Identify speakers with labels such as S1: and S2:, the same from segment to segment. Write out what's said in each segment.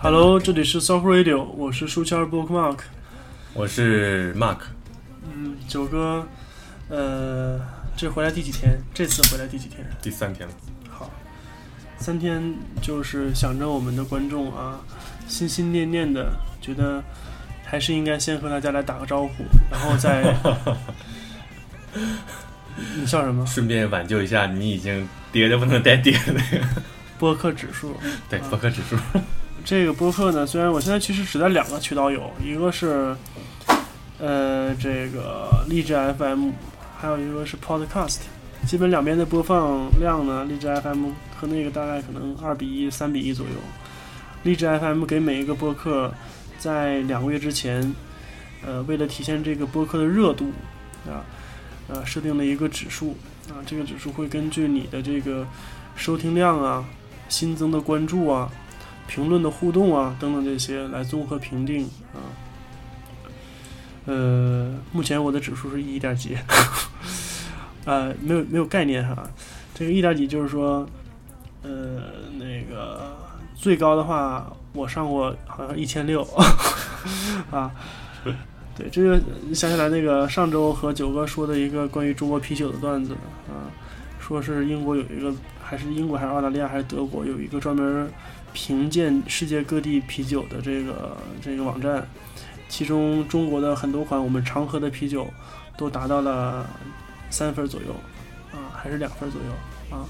S1: Hello，这里是 Soft Radio，我是书签 Bookmark。
S2: 我是 Mark，
S1: 嗯，九哥，呃，这回来第几天？这次回来第几天？
S2: 第三天了。
S1: 好，三天就是想着我们的观众啊，心心念念的，觉得还是应该先和大家来打个招呼，然后 再你笑什么？
S2: 顺便挽救一下你已经跌的不能再跌 的那个，
S1: 播客指数，
S2: 对，
S1: 啊
S2: 博客指数。
S1: 这个播客呢，虽然我现在其实只在两个渠道有，一个是呃这个荔枝 FM，还有一个是 Podcast。基本两边的播放量呢，荔枝 FM 和那个大概可能二比一、三比一左右。荔枝 FM 给每一个播客在两个月之前，呃，为了体现这个播客的热度啊，呃，设定了一个指数啊，这个指数会根据你的这个收听量啊、新增的关注啊、评论的互动啊等等这些来综合评定啊。呃，目前我的指数是一点几，呃，没有没有概念哈。这个一点几就是说，呃，那个最高的话，我上过好像一千六 啊。对，这个想起来那个上周和九哥说的一个关于中国啤酒的段子啊，说是英国有一个，还是英国还是澳大利亚还是德国有一个专门评鉴世界各地啤酒的这个这个网站，其中中国的很多款我们常喝的啤酒都达到了三分左右，啊，还是两分左右啊，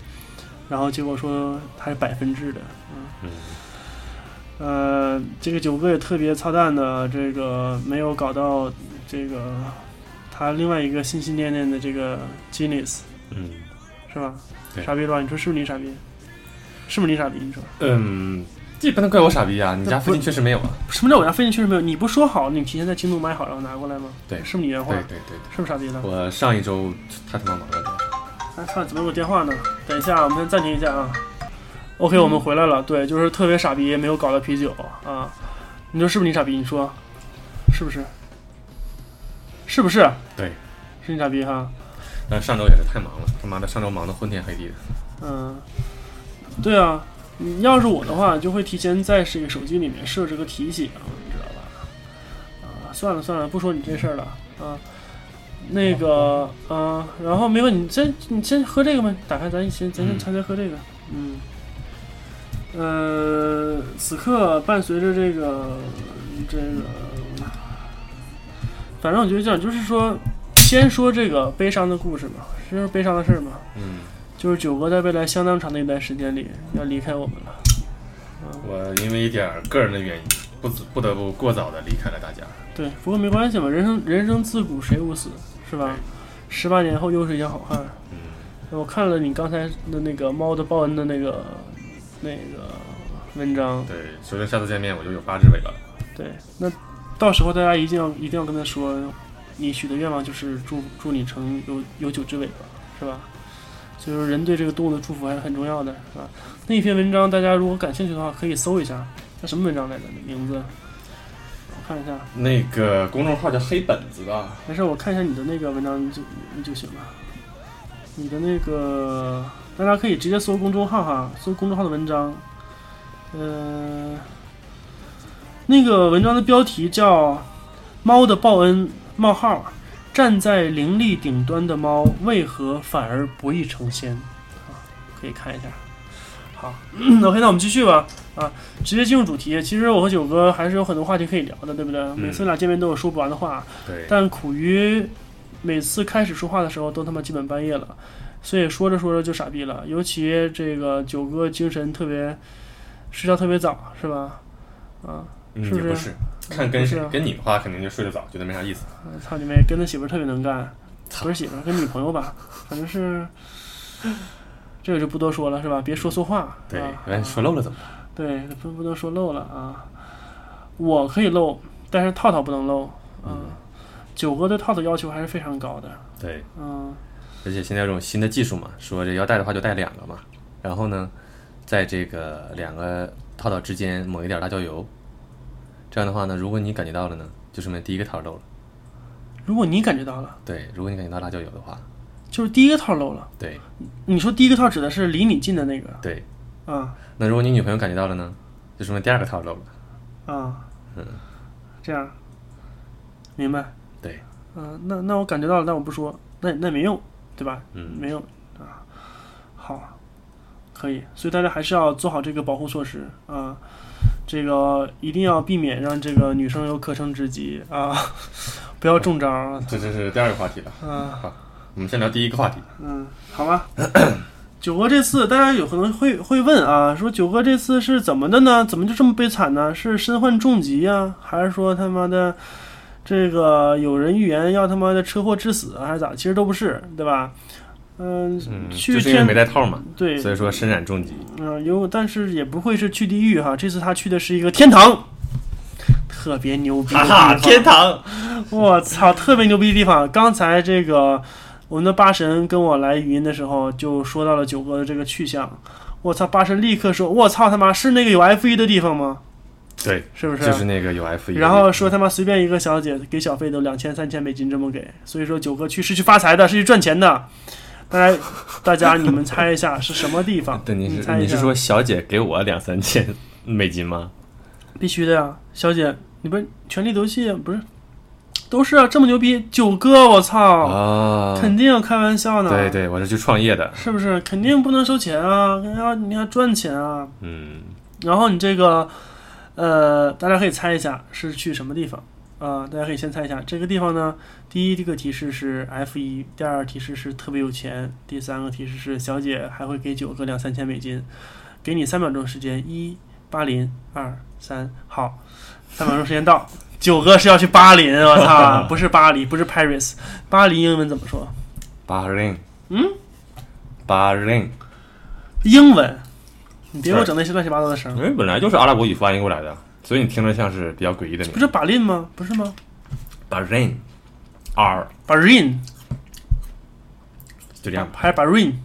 S1: 然后结果说它是百分制的，啊，
S2: 嗯，
S1: 呃，这个九哥也特别操蛋的，这个没有搞到这个他另外一个心心念念的这个 Genius
S2: 嗯
S1: 是吧？
S2: 对
S1: 傻逼乱，你说是不是你傻逼？是不是你傻逼？你说
S2: 嗯，这也不能怪我傻逼啊！你家附近确实没有啊。
S1: 什么叫我家费劲确实没有？你不说好，你提前在京东买好然后拿过来吗？
S2: 对
S1: 是不是你原话
S2: 对？对对
S1: 是不是傻逼的
S2: 对，？我上一周太他妈忙了，
S1: 哎，看怎么有电话呢？等一下，我们先暂停一下啊。OK，我们回来了。对，就是特别傻逼，没有搞到啤酒啊。你说是不是你傻逼？你说是不是？是不是？
S2: 对，
S1: 是你傻逼哈。
S2: 但上周也是太忙了，他妈的上周忙的昏天黑地的。
S1: 嗯，对啊，你要是我的话，就会提前在这个手机里面设置个提醒，你知道吧？啊，算了算了，不说你这事儿了啊。那个，啊，然后没问你先你先喝这个吧，打开咱先咱先
S2: 嗯
S1: 咱先喝这个，嗯。呃，此刻伴随着这个这个，反正我觉得这样，就是说，先说这个悲伤的故事嘛，先说悲伤的事儿嘛。
S2: 嗯，
S1: 就是九哥在未来相当长的一段时间里要离开我们了。嗯
S2: 我因为一点儿个人的原因，不不得不过早的离开了大家。
S1: 对，不过没关系嘛，人生人生自古谁无死，是吧？十八年后又是一条好汉。
S2: 嗯，
S1: 我看了你刚才的那个猫的报恩的那个那个文章，
S2: 对，说定下次见面我就有八只尾巴了。
S1: 对，那到时候大家一定要一定要跟他说，你许的愿望就是祝祝你成有有九只尾巴，是吧？所以说，人对这个动物的祝福还是很重要的，是吧？那篇文章大家如果感兴趣的话，可以搜一下，那什么文章来着？名字我看一下，
S2: 那个公众号叫黑本子吧？
S1: 没事，我看一下你的那个文章就就行了。你的那个，大家可以直接搜公众号哈，搜公众号的文章。呃，那个文章的标题叫《猫的报恩：冒号站在灵力顶端的猫为何反而不易成仙》啊，可以看一下。好，OK，那我们继续吧。啊，直接进入主题。其实我和九哥还是有很多话题可以聊的，对不对？每次俩见面都有说不完的话。
S2: 对，
S1: 但苦于每次开始说话的时候都他妈基本半夜了，所以说着说着就傻逼了。尤其这个九哥精神特别，睡觉特别早，是吧？啊，
S2: 嗯，
S1: 是不
S2: 也不
S1: 是
S2: 是，看跟
S1: 不是
S2: 谁
S1: 啊
S2: 跟你的话，肯定就睡得早，觉得没啥意思。
S1: 操你妹，跟他媳妇儿特别能干，不是媳妇儿，跟女朋友吧，反正是，这个就不多说了，是吧？别说错话，
S2: 对
S1: 啊，
S2: 万一说漏了怎么办？
S1: 对，不不能说漏了啊。我可以漏，但是套套不能漏啊。九哥对套套要求还是非常高的，
S2: 对，
S1: 嗯。
S2: 而且现在有种新的技术嘛，说这要带的话就带两个嘛，然后呢，在这个两个套套之间抹一点辣椒油，这样的话呢，如果你感觉到了呢，就说明第一个套漏了。
S1: 如果你感觉到了，
S2: 对，如果你感觉到辣椒油的话，
S1: 就是第一个套漏了。
S2: 对
S1: 你说第一个套指的是离你近的那个
S2: 对。
S1: 啊？
S2: 那如果你女朋友感觉到了呢，就说明第二个套漏了。
S1: 啊，
S2: 嗯，
S1: 这样，明白？
S2: 对，
S1: 嗯、那那我感觉到了，但我不说，那那没用，对吧？
S2: 嗯，
S1: 没有啊，好，可以，所以大家还是要做好这个保护措施啊，这个一定要避免让这个女生有可乘之机啊， 不要中招啊，
S2: 这这是第二个话题了。
S1: 啊，
S2: 我们先聊第一个话题。
S1: 嗯，好吧。 九哥这次，大家有可能会会问啊，说九哥这次是怎么的呢？怎么就这么悲惨呢？是身患重疾呀、还是说他妈的这个有人预言要他妈的车祸致死啊，还是咋？其实都不是，对吧？嗯，
S2: 嗯，
S1: 去
S2: 就是因为
S1: 天
S2: 没带套嘛，
S1: 对，
S2: 所以说身 染重疾。
S1: 嗯，有，但是也不会是去地狱哈。这次他去的是一个天堂，特别牛逼的地方。
S2: 堂。
S1: 我操，特别牛逼的地方。刚才这个我们的八神跟我来语音的时候，就说到了九哥的这个去向。我操，八神立刻说：“我操他妈，是那个有 F 一的地方吗？
S2: 对，
S1: 是不是？”
S2: 就是那个有 F 一。
S1: 然后说他妈随便一个小姐给小费都两千三千美金这么给，所以说九哥去是去发财的，是去赚钱的。大家，大家你们猜一下是什么地方？
S2: 对，你是
S1: 猜一
S2: 你
S1: 下
S2: 是说小姐给我两三千美金吗？
S1: 必须的呀，小姐，你不是《权力游戏》不是都是啊？这么牛逼，九哥，我操，
S2: 啊，
S1: 肯定开玩笑呢，
S2: 对，对，我是去创业的。
S1: 是不是？肯定不能收钱啊，你要你要赚钱啊。
S2: 嗯，
S1: 然后你这个，呃，大家可以猜一下是去什么地方啊、大家可以先猜一下这个地方呢。第一这个提示是 F 一，第二个提示是特别有钱，第三个提示是小姐还会给九哥两三千美金。给你三秒钟时间，一巴林，二三，好，三秒钟时间到。 九哥是要去巴林，我操，不是巴黎，不是 Paris，巴黎英文怎么说？
S2: 巴林。嗯，巴林。
S1: 英文，你别给我整那些乱七八糟的声儿
S2: 因。为本来就是阿拉伯语翻译过来的，所以你听着像是比较诡异的
S1: 不
S2: 名字。
S1: 是巴林吗？不是吗？
S2: 巴林，R
S1: 巴林，
S2: 就这样吧，
S1: 还是巴林？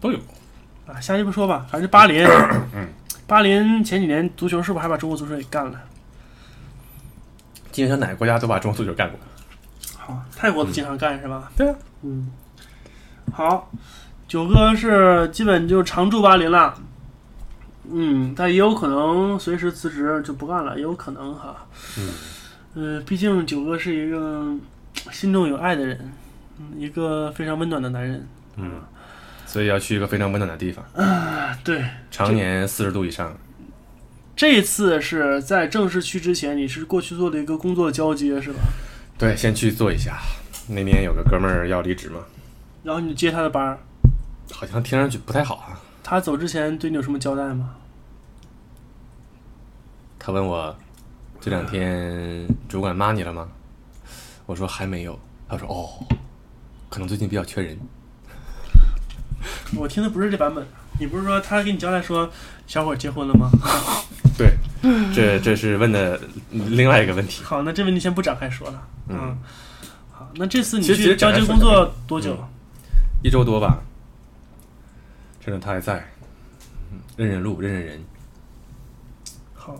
S2: 都有。
S1: 啊，下一步说吧，反正巴林，
S2: 嗯
S1: 巴林前几年足球是不是还把中国足球给干了？
S2: 基本上哪个国家都把中国足球干过。
S1: 好，泰国都经常干、是吧？
S2: 对啊，
S1: 嗯，好，九哥是基本就常驻巴林了，嗯，但也有可能随时辞职就不干了，也有可能哈。嗯，呃，毕竟九哥是一个心中有爱的人，嗯，一个非常温暖的男人。
S2: 嗯，所以要去一个非常温暖的地方，
S1: 啊，对，
S2: 常年四十度以上。
S1: 这次是在正式去之前，你是过去做了一个工作交接是吧？
S2: 对，先去做一下。那年有个哥们儿要离职嘛，
S1: 然后你接他的班儿，
S2: 好像听上去不太好啊。
S1: 他走之前对你有什么交代吗？
S2: 他问我这两天主管骂你了吗？我说还没有。他说哦，可能最近比较缺人。
S1: 我听的不是这版本，你不是说他给你交代说小伙儿结婚了吗？
S2: 对，这这是问的另外一个问题。
S1: 好，那这问题先不展开说了。嗯，
S2: 嗯
S1: 好，那这次你
S2: 其实
S1: 去
S2: 其实
S1: 交
S2: 展开
S1: 接
S2: 说嗯
S1: 工作多久？
S2: 一周多吧。趁着他还在，嗯认认路，认认人。
S1: 好，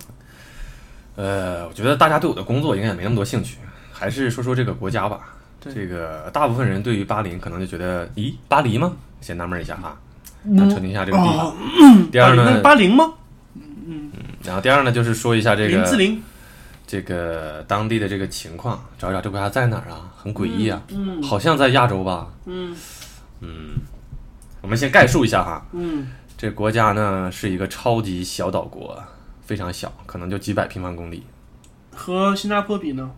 S2: 呃，我觉得大家对我的工作应该也没那么多兴趣，还是说说这个国家吧。
S1: 对
S2: 这个大部分人对于巴林可能就觉得，咦，巴黎吗？先纳闷一下哈，想澄清一下这个地方。
S1: 嗯哦，
S2: 第二
S1: 那
S2: 呢
S1: 是，八零吗？
S2: 然后第二呢，就是说一下这
S1: 林志
S2: 个
S1: 玲，
S2: 这个当地的这个情况，找一找这国家在哪儿啊？很诡异啊，
S1: 嗯
S2: 好像在亚洲吧。
S1: 嗯
S2: 嗯，我们先概述一下哈，
S1: 嗯
S2: 这国家呢是一个超级小岛国，非常小，可能就几百平方公里，
S1: 和新加坡比呢？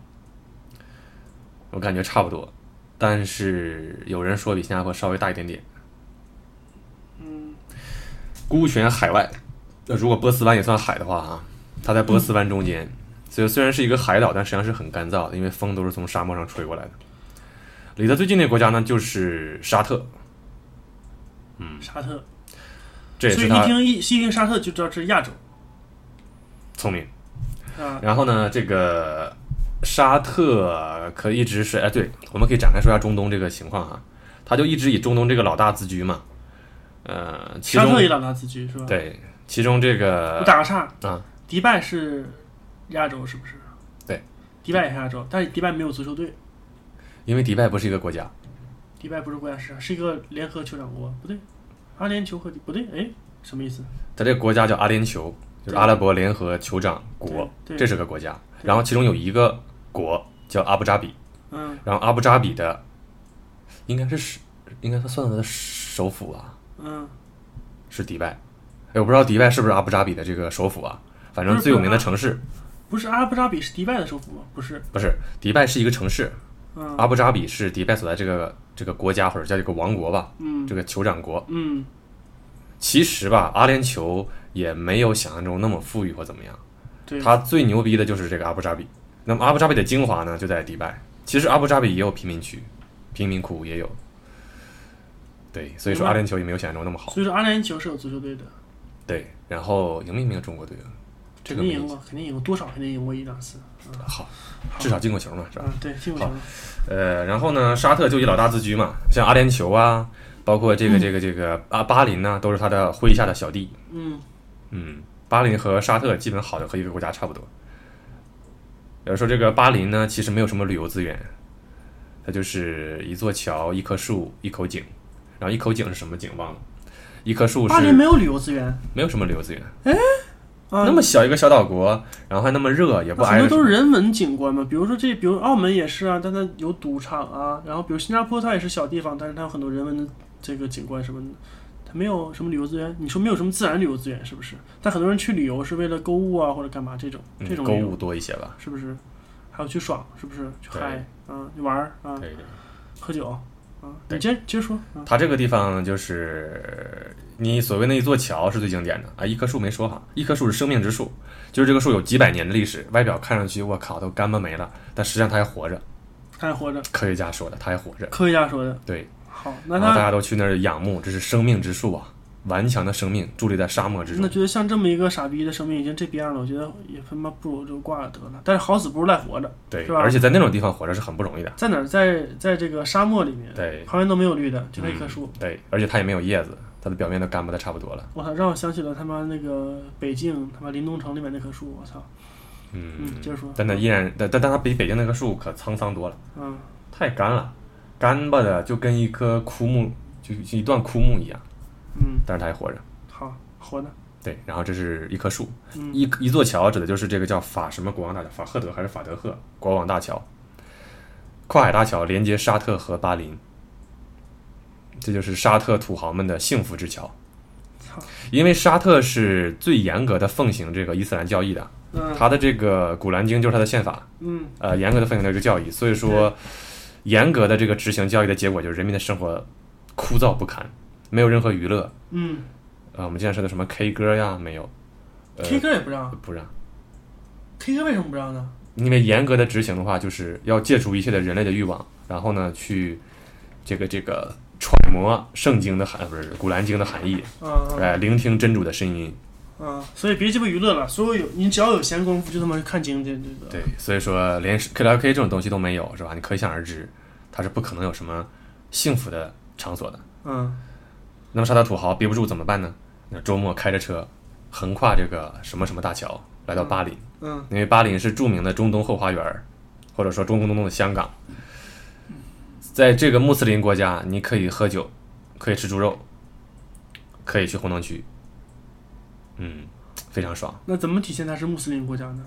S2: 我感觉差不多。但是有人说比新加坡稍微大一点点。
S1: 嗯，
S2: 孤悬海外，呃，如果波斯湾也算海的话啊，它在波斯湾中间，所以虽然是一个海岛，但实际上是很干燥的，因为风都是从沙漠上吹过来的。离它最近的国家呢，就是沙特，
S1: 沙特，
S2: 这也
S1: 所以
S2: 嗯是
S1: 一
S2: 它
S1: 听一一听沙特就知道这是亚洲
S2: 聪明。
S1: 啊。
S2: 然后呢，这个沙特可一直是哎，对，我们可以展开说一下中东这个情况哈、他就一直以中东这个老大自居嘛，呃，其
S1: 沙
S2: 中
S1: 特也老大自居是吧？，
S2: 对，其中这
S1: 我
S2: 个
S1: 打个岔，
S2: 啊，
S1: 迪拜是亚洲是不是？
S2: 对，
S1: 迪拜也是亚洲，但是迪拜没有足球队，
S2: 因为迪拜不是一个国家，
S1: 迪拜不是国家市场，是一个联合酋长国，不对，阿联酋和迪不对，哎，什么意思？
S2: 它这个国家叫阿联酋，就是阿拉伯联合酋长国，
S1: 对对
S2: 这是个国家。
S1: 对
S2: 然后其中有一个国叫阿布扎比，
S1: 嗯
S2: 然后阿布扎比的应该是是应该它算它的首府啊，
S1: 嗯，
S2: 是迪拜。哎，我不知道迪拜是不是阿布扎比的这个首府啊，反正最有名的城市
S1: 不是阿布扎比是迪拜的首府吗？不是，
S2: 不是迪拜是一个城市，
S1: 嗯
S2: 阿布扎比是迪拜所在这个这个国家或者叫这个王国吧，
S1: 嗯
S2: 这个酋长国。
S1: 嗯
S2: 其实吧，阿联酋也没有想象中那么富裕或怎么样。
S1: 对，
S2: 它最牛逼的就是这个阿布扎比。那么阿布扎比的精华呢，就在迪拜。其实阿布扎比也有贫民区，贫民窟也有。对，所以说
S1: 明白
S2: 阿联酋也没有想象中那么好。
S1: 所以说阿联酋是有足球队的，
S2: 对，然后赢没赢中国队啊？这
S1: 肯
S2: 个
S1: 定
S2: 没
S1: 赢过，肯定赢过，多少肯定赢过一两次，
S2: 好，至少进过球嘛，是吧？啊
S1: 嗯，对，进过球了，
S2: 呃，然后呢，沙特就以老大自居嘛，像阿联酋啊，包括这个这个这个啊巴林呢、都是他的麾下的小弟。
S1: 嗯
S2: 嗯，巴林和沙特基本好的和一个国家差不多。有人说这个巴林呢，其实没有什么旅游资源，它就是一座桥、一棵树、一口井。然后一口井是什么井忘了，一棵树
S1: 巴
S2: 是
S1: 黎没有旅游资源
S2: 没有什么旅游资源，
S1: 啊，
S2: 那么小一个小岛国，然后还那么热，也不挨
S1: 很
S2: 着
S1: 多都
S2: 什么。
S1: 是人文景观嘛，比如说这，比如澳门也是啊，但它有赌场啊，然后比如新加坡它也是小地方，但是它有很多人文的这个景观什么的，它没有什么旅游资源。你说没有什么自然旅游资源是不是？但很多人去旅游是为了购物啊或者干嘛这种这
S2: 嗯，
S1: 种
S2: 购
S1: 旅游
S2: 物多一些吧。
S1: 是不是？还有去爽是不是？去
S2: 对
S1: 嗨啊，去玩儿啊，
S2: 对对。
S1: 喝酒啊，你
S2: 对
S1: 接接着说啊，
S2: 它这个地方就是你所谓那一座桥是最经典的啊，一棵树没说哈，一棵树是生命之树，就是这个树有几百年的历史，外表看上去我靠都干巴没了，但实际上它还活着。
S1: 还活着。
S2: 科学家说的，它还活着。
S1: 科学家说的
S2: 对，
S1: 好，那
S2: 然后大
S1: 他
S2: 家都去那儿仰慕，这是生命之树啊，顽强的生命伫立在沙漠之
S1: 那
S2: 中。
S1: 觉得像这么一个傻逼的生命已经这逼样了，我觉得也他妈不如就挂了得了。但是好死不如赖活着。
S2: 对，
S1: 是吧
S2: 而且在那种地方活着是很不容易的。
S1: 在哪儿？在在这个沙漠里面，
S2: 对，嗯
S1: 旁边都没有绿的，就那一棵树。
S2: 对，而且它也没有叶子，它的表面都干巴的差不多了。
S1: 我操，让我想起了他妈那个北京他妈临冬城里面那棵树。我操，
S2: 嗯，
S1: 嗯，接着说，
S2: 但它依然，但但但它比北京那棵树可沧桑多了。
S1: 嗯，
S2: 太干了，干巴的就跟一棵枯木，就就一段枯木一样，
S1: 嗯，
S2: 但是它还活着。
S1: 好，活的，
S2: 对，然后这是一棵树，
S1: 嗯
S2: 一一座桥指的就是这个叫法什么国王大桥，法赫德还是法德赫国王大桥，跨海大桥连接沙特和巴林，这就是沙特土豪们的幸福之桥
S1: 操。
S2: 因为沙特是最严格的奉行这个伊斯兰教义的，
S1: 嗯
S2: 他的这个《古兰经》就是他的宪法，
S1: 嗯，
S2: 呃严格的奉行这个教义，所以说严格的这个执行教义的结果就是人民的生活枯燥不堪，没有任何娱乐。
S1: 嗯
S2: 呃，我们经常说的什么 K 歌呀，没有，呃，
S1: ，K 歌也不让
S2: 不让，
S1: ，K 歌为什么不让呢？
S2: 因为严格的执行的话，就是要戒除一切的人类的欲望，然后呢，去这个这个揣摩圣经的含，呃不是《古兰经》的含义，
S1: 嗯嗯
S2: 哎、聆听真主的声音。
S1: 嗯，所以别鸡巴娱乐了，所有有你只要有闲工夫就他妈看经去，这个
S2: 对，所以说连 K 聊 K 这种东西都没有，是吧？你可想而知，它是不可能有什么幸福的场所的。
S1: 嗯
S2: 那么沙特土豪憋不住怎么办呢？那周末开着车横跨这个什么什么大桥来到巴林，
S1: 嗯
S2: 因为巴林是著名的中东后花园儿，或者说中东东的香港。在这个穆斯林国家，你可以喝酒，可以吃猪肉，可以去红灯区，嗯，非常爽。
S1: 那怎么体现它是穆斯林国家呢？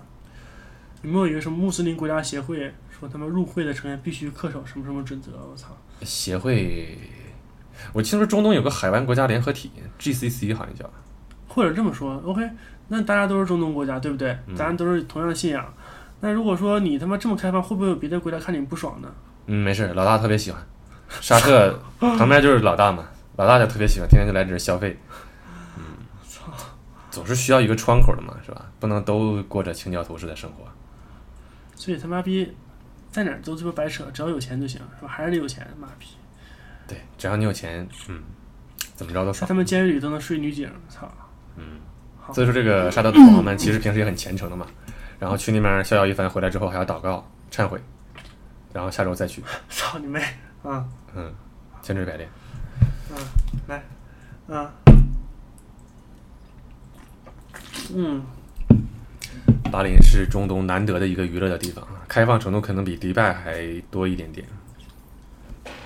S1: 有没有一个什么穆斯林国家协会说他们入会的成员必须恪守什么什么准则？我操！
S2: 协会，我听说中东有个海湾国家联合体 GCC，好像叫，
S1: 或者这么说，OK，那大家都是中东国家，对不对？
S2: 嗯
S1: 咱都是同样的信仰。那如果说你他妈这么开放，会不会有别的国家看你不爽呢？
S2: 嗯，没事，老大特别喜欢。沙 特旁边就是老大嘛，老大就特别喜欢，天天就来这儿消费。嗯，总是需要一个窗口的嘛，是吧？不能都过着清教徒式的生活。
S1: 所以他妈逼，在哪儿都鸡巴白扯，只要有钱就行，是吧？还是得有钱，妈逼，
S2: 对，只要你有钱，嗯，怎么着都
S1: 在
S2: 爽
S1: 他。们监狱里都能睡女警，操！
S2: 所以说，这个沙特的同胞们其实平时也很虔诚的嘛，然后去那边逍遥一番，回来之后还要祷告、忏悔，然后下周再去，
S1: 操你妹！啊
S2: 嗯，千锤百炼。
S1: 啊，嗯，
S2: 巴林是中东难得的一个娱乐的地方，啊开放程度可能比迪拜还多一点点。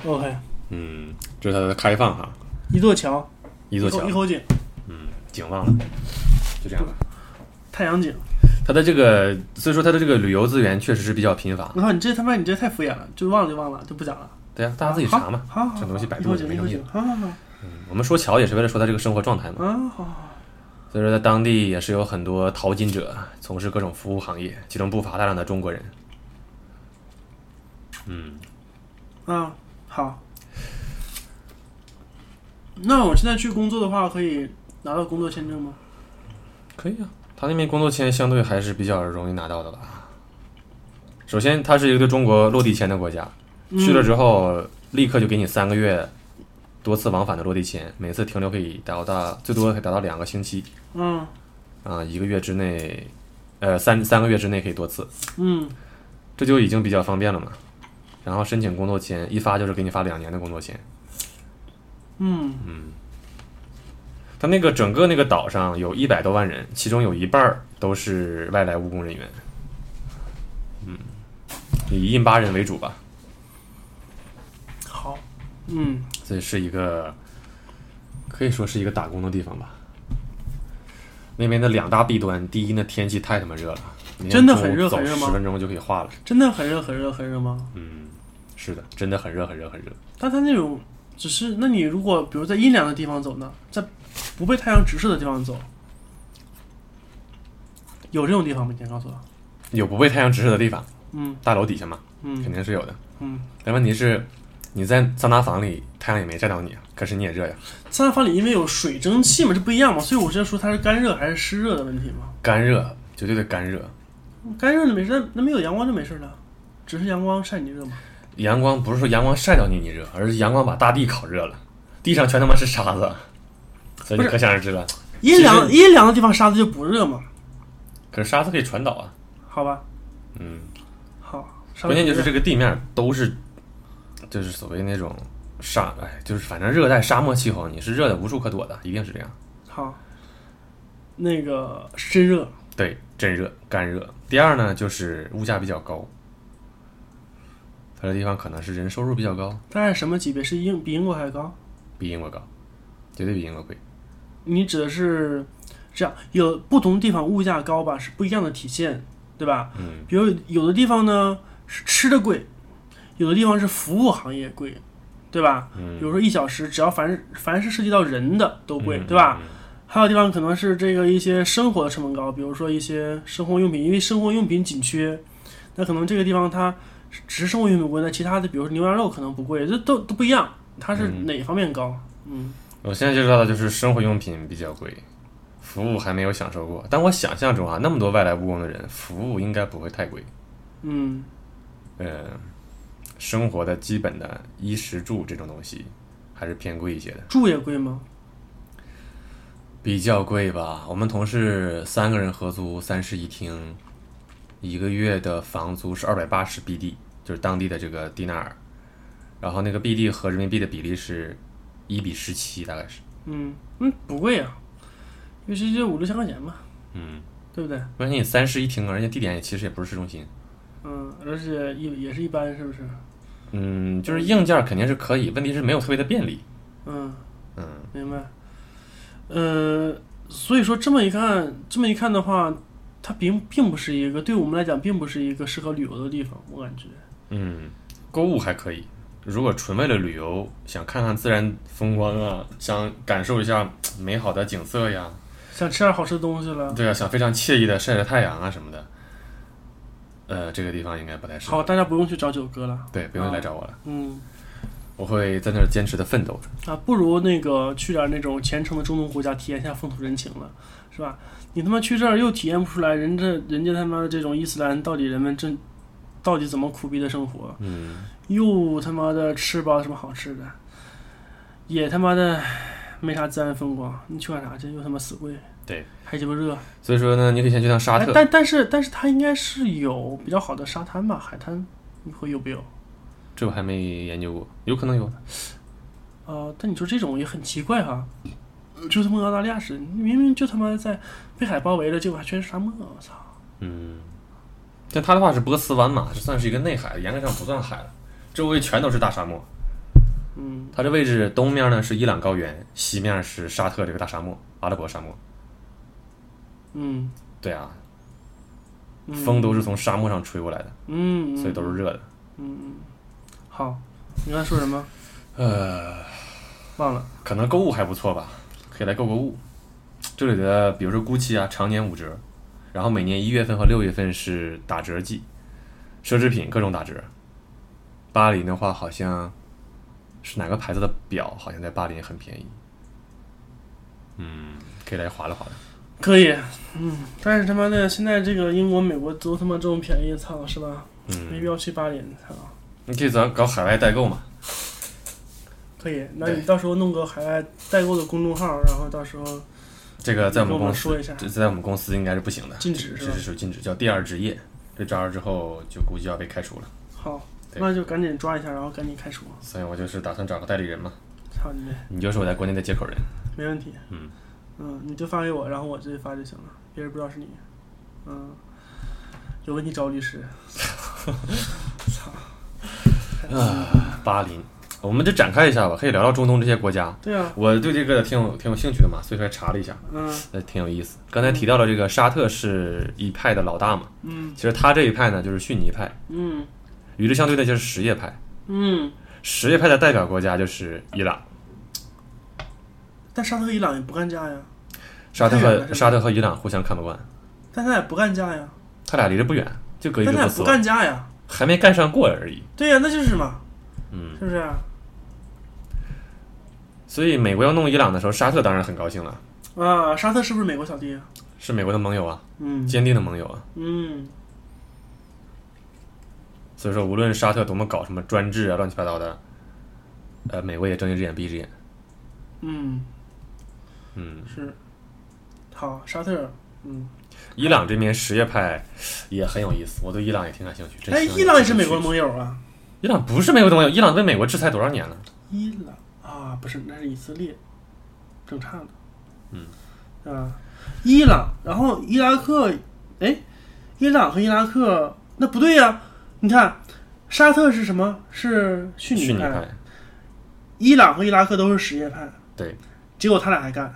S1: OK，
S2: 嗯，这是它的开放哈。
S1: 一座桥，
S2: 一
S1: 一
S2: 座桥
S1: 口一，口井，
S2: 嗯，景忘了，就这样吧。
S1: 太阳井。
S2: 它的这个，所以说它的这个旅游资源确实是比较贫乏。
S1: 我靠，你这他妈你这太敷衍了，就忘了就忘了，就不讲了。
S2: 对啊，大家自己查嘛。
S1: 好好好，
S2: 这东西百
S1: 一
S2: 度
S1: 口
S2: 也
S1: 井
S2: 没
S1: 一口
S2: 东西
S1: 井，好好好，
S2: 我们说桥也是为了说它这个生活状态嘛。
S1: 啊好好好，
S2: 所以说，在当地也是有很多淘金者，从事各种服务行业，其中不乏大量的中国人。嗯，
S1: 嗯，好。那我现在去工作的话，可以拿到工作签证吗？
S2: 可以啊，他那边工作签相对还是比较容易拿到的吧。首先，它是一个对中国落地签的国家，去了之后立刻就给你三个月多次往返的落地签，每次停留可以达到最多可以达到两个星期
S1: 嗯
S2: 啊、一个月之内，呃，三三个月之内可以多次，
S1: 嗯
S2: 这就已经比较方便了嘛。然后申请工作签，一发就是给你发两年的工作签。
S1: 嗯
S2: 他那个整个那个岛上有一百多万人，其中有一半儿都是外来务工人员。嗯，以印巴人为主吧，
S1: 好，嗯
S2: 这是一个可以说是一个打工的地方吧。那边的两大弊端，第一呢，天气太他妈热了，每天
S1: 真的
S2: 中午
S1: 很热
S2: 走
S1: 很热吗
S2: 十分钟就可以化了。
S1: 真的很热很热很热吗？
S2: 嗯，是的，真的很热很热很热。
S1: 但它那种只是，那你如果比如在阴凉的地方走呢，在不被太阳直射的地方走，有这种地方吗？你先告诉我。
S2: 有不被太阳直射的地方，
S1: 嗯
S2: 大楼底下嘛，肯
S1: 嗯
S2: 定是有的。
S1: 嗯，
S2: 但问题是，你在桑拿房里，太阳也没晒到你啊，可是你也热呀。
S1: 桑拿房里因为有水蒸气嘛，这不一样嘛，所以我是在说它是干热还是湿热的问题嘛。
S2: 干热，绝对的干热。
S1: 干热的没事，那那没有阳光就没事了，只是阳光晒你热嘛。
S2: 阳光不是说阳光晒到你你热，而是阳光把大地烤热了，地上全他妈是沙子，所以你
S1: 不是
S2: 可想而知了。
S1: 阴凉
S2: 其
S1: 阴凉的地方沙子就不热嘛，
S2: 可是沙子可以传导啊，
S1: 好吧？
S2: 嗯，
S1: 好，沙子
S2: 关键就
S1: 不
S2: 是
S1: 热
S2: 这个地面都是，就是所谓那种沙，哎，就是反正热带沙漠气候，你是热的无处可躲的，一定是这样。
S1: 好，那个是真热，
S2: 对，真热，干热。第二呢，就是物价比较高，它这地方可能是人收入比较高，
S1: 大概什么级别？是英比英国还高？
S2: 比英国高，绝对比英国贵。
S1: 你指的是这样，有不同地方物价高吧，是不一样的体现，对吧？
S2: 嗯，
S1: 比如有的地方呢是吃的贵，有的地方是服务行业贵，对吧？
S2: 嗯
S1: 比如说一小时，只要凡是凡是涉及到人的都贵，
S2: 嗯
S1: 对吧？？
S2: 嗯
S1: 还有地方可能是这个一些生活的成本高，比如说一些生活用品，因为生活用品紧缺，那可能这个地方它只是生活用品贵，那其他的比如说牛羊肉可能不贵，这都都不一样，它是
S2: 嗯
S1: 哪方面高？嗯
S2: 我现在接触到的就是生活用品比较贵，服务还没有享受过。但我想象中啊，那么多外来务工的人，服务应该不会太贵。
S1: 嗯
S2: 呃，生活的基本的衣食住这种东西还是偏贵一些的，
S1: 住也贵吗？
S2: 比较贵吧。我们同事三个人合租三室一厅，一个月的房租是二百八十 BD，就是当地的这个迪纳尔，然后那个 BD 和人民币的比例是一比十七，大概是。
S1: 嗯嗯，不贵啊，尤其就五六千块钱嘛，
S2: 嗯，
S1: 对不对？
S2: 关键你三室一厅啊，而且地点也其实也不是市中心。
S1: 嗯，而且一也是一般，是不是？
S2: 嗯，就是硬件肯定是可以，问题是没有特别的便利。
S1: 嗯，
S2: 嗯，
S1: 明白。呃，所以说这么一看，这么一看的话，它并并不是一个对我们来讲，并不是一个适合旅游的地方，我感觉。
S2: 嗯，购物还可以。如果纯为了旅游，想看看自然风光啊，想感受一下嘖美好的景色呀，
S1: 想吃点好吃的东西了。
S2: 对啊，想非常惬意的晒晒太阳啊什么的，呃，这个地方应该不太适合。
S1: 好，大家不用去找九哥了。
S2: 对，不用来找我了，
S1: 嗯，
S2: 我会在那儿坚持的奋斗着。
S1: 啊，不如那个去点那种虔诚的中东国家，体验一下风土人情了，是吧？你他妈去这儿又体验不出来，人这人家他妈的这种伊斯兰到底人们真到底怎么苦逼的生活，
S2: 嗯，
S1: 又他妈的吃不着什么好吃的，也他妈的没啥自然风光，你去干啥去？又他妈死贵，
S2: 对，
S1: 还鸡巴热。
S2: 所以说呢，你可以先去趟沙
S1: 哎
S2: 特，
S1: 但但是但是它应该是有比较好的沙滩吧，海滩，你会有没有？
S2: 这我还没研究过，有可能有的。
S1: 呃，但你说这种也很奇怪哈、呃就他妈澳大利亚是，你明明就他妈在被海包围着，结果还全是沙漠，我操！
S2: 嗯，但它的话是波斯湾嘛，这算是一个内海，严格上不算海了，周围全都是大沙漠。
S1: 嗯
S2: 它这位置东面呢是伊朗高原，西面是沙特这个大沙漠，阿拉伯沙漠。
S1: 嗯，
S2: 对啊，
S1: 嗯
S2: 风都是从沙漠上吹过来的，
S1: 嗯，嗯
S2: 所以都是热的。
S1: 嗯，嗯好，你刚才说什么？
S2: 呃，
S1: 忘了。
S2: 可能购物还不错吧，可以来购购物。这里的比如说 GUCCI 啊，常年五折，然后每年一月份和六月份是打折季，奢侈品各种打折。巴黎的话，好像是哪个牌子的表，好像在巴黎也很便宜。嗯，可以来划拉划拉。
S1: 可以，嗯，但是他妈的，现在这个英国、美国都他妈这么便宜，操，是吧？没必
S2: 嗯，
S1: 要去巴黎，操。
S2: 你可以咱搞海外代购嘛。
S1: 可以，那你
S2: 对
S1: 到时候弄个海外代购的公众号，然后到时候
S2: 这个在
S1: 你跟
S2: 我们
S1: 我
S2: 公
S1: 们
S2: 司
S1: 说一下
S2: 这在我们公司应该是不行的，
S1: 禁止是
S2: 这
S1: 吧
S2: 是属于禁止，叫第二职业。这招儿之后就估计要被开除了，
S1: 好，
S2: 对
S1: 那就赶紧抓一下，然后赶紧开除。
S2: 所以我就是打算找个代理人嘛。
S1: 操你妹，
S2: 你就是我在国内的接口人。
S1: 没问题。
S2: 嗯
S1: 嗯你就发给我，然后我直接发就行了，别人不知道是你。嗯，有问题找我律师。操！
S2: 巴林，我们就展开一下吧，可以聊聊中东这些国家。
S1: 对啊，
S2: 我对这个挺有挺有兴趣的嘛，所以说查了一下，
S1: 嗯
S2: 呃，挺有意思。刚才提到了这个沙特是一派的老大嘛，
S1: 嗯
S2: 其实他这一派呢就是逊尼派，
S1: 嗯
S2: 与之相对的就是什叶派。
S1: 嗯，
S2: 什叶派的代表国家就是伊朗，
S1: 但沙特、伊朗也不干架呀，
S2: 沙特
S1: 太远了是
S2: 和
S1: 吧
S2: 沙特和伊朗互相看不惯，
S1: 但他俩不干架呀，
S2: 他俩离得不远，就隔
S1: 但
S2: 一
S1: 他
S2: 个
S1: 俩
S2: 波
S1: 不
S2: 斯湾，
S1: 干架呀。
S2: 还没干上过而已。
S1: 对呀、那就是嘛，
S2: 嗯，
S1: 是不是？
S2: 所以美国要弄伊朗的时候，沙特当然很高兴了，
S1: 啊，沙特是不是美国小弟啊？
S2: 是美国的盟友啊，
S1: 嗯
S2: 坚定的盟友啊。
S1: 嗯
S2: 所以说，无论沙特多么搞什么专制啊、乱七八糟的，呃，美国也睁一只眼闭一只眼。
S1: 嗯。
S2: 嗯，
S1: 是，好，沙特尔，嗯，
S2: 伊朗这边什叶派也很有意思，我对伊朗也挺感兴趣。真
S1: 哎，
S2: 希望
S1: 伊朗也是
S2: 有
S1: 美
S2: 兴趣
S1: 国的盟友啊，
S2: 伊朗不是美国的盟友，伊朗被美国制裁多少年了？
S1: 伊朗啊，不是，那是以色列，整差了，
S2: 嗯，
S1: 啊，伊朗，然后伊拉克，哎，伊朗和伊拉克，那不对呀、你看，沙特是什么？是逊
S2: 逊
S1: 尼
S2: 尼
S1: 派，
S2: 派。
S1: 伊朗和伊拉克都是什叶派，
S2: 对，
S1: 结果他俩还干，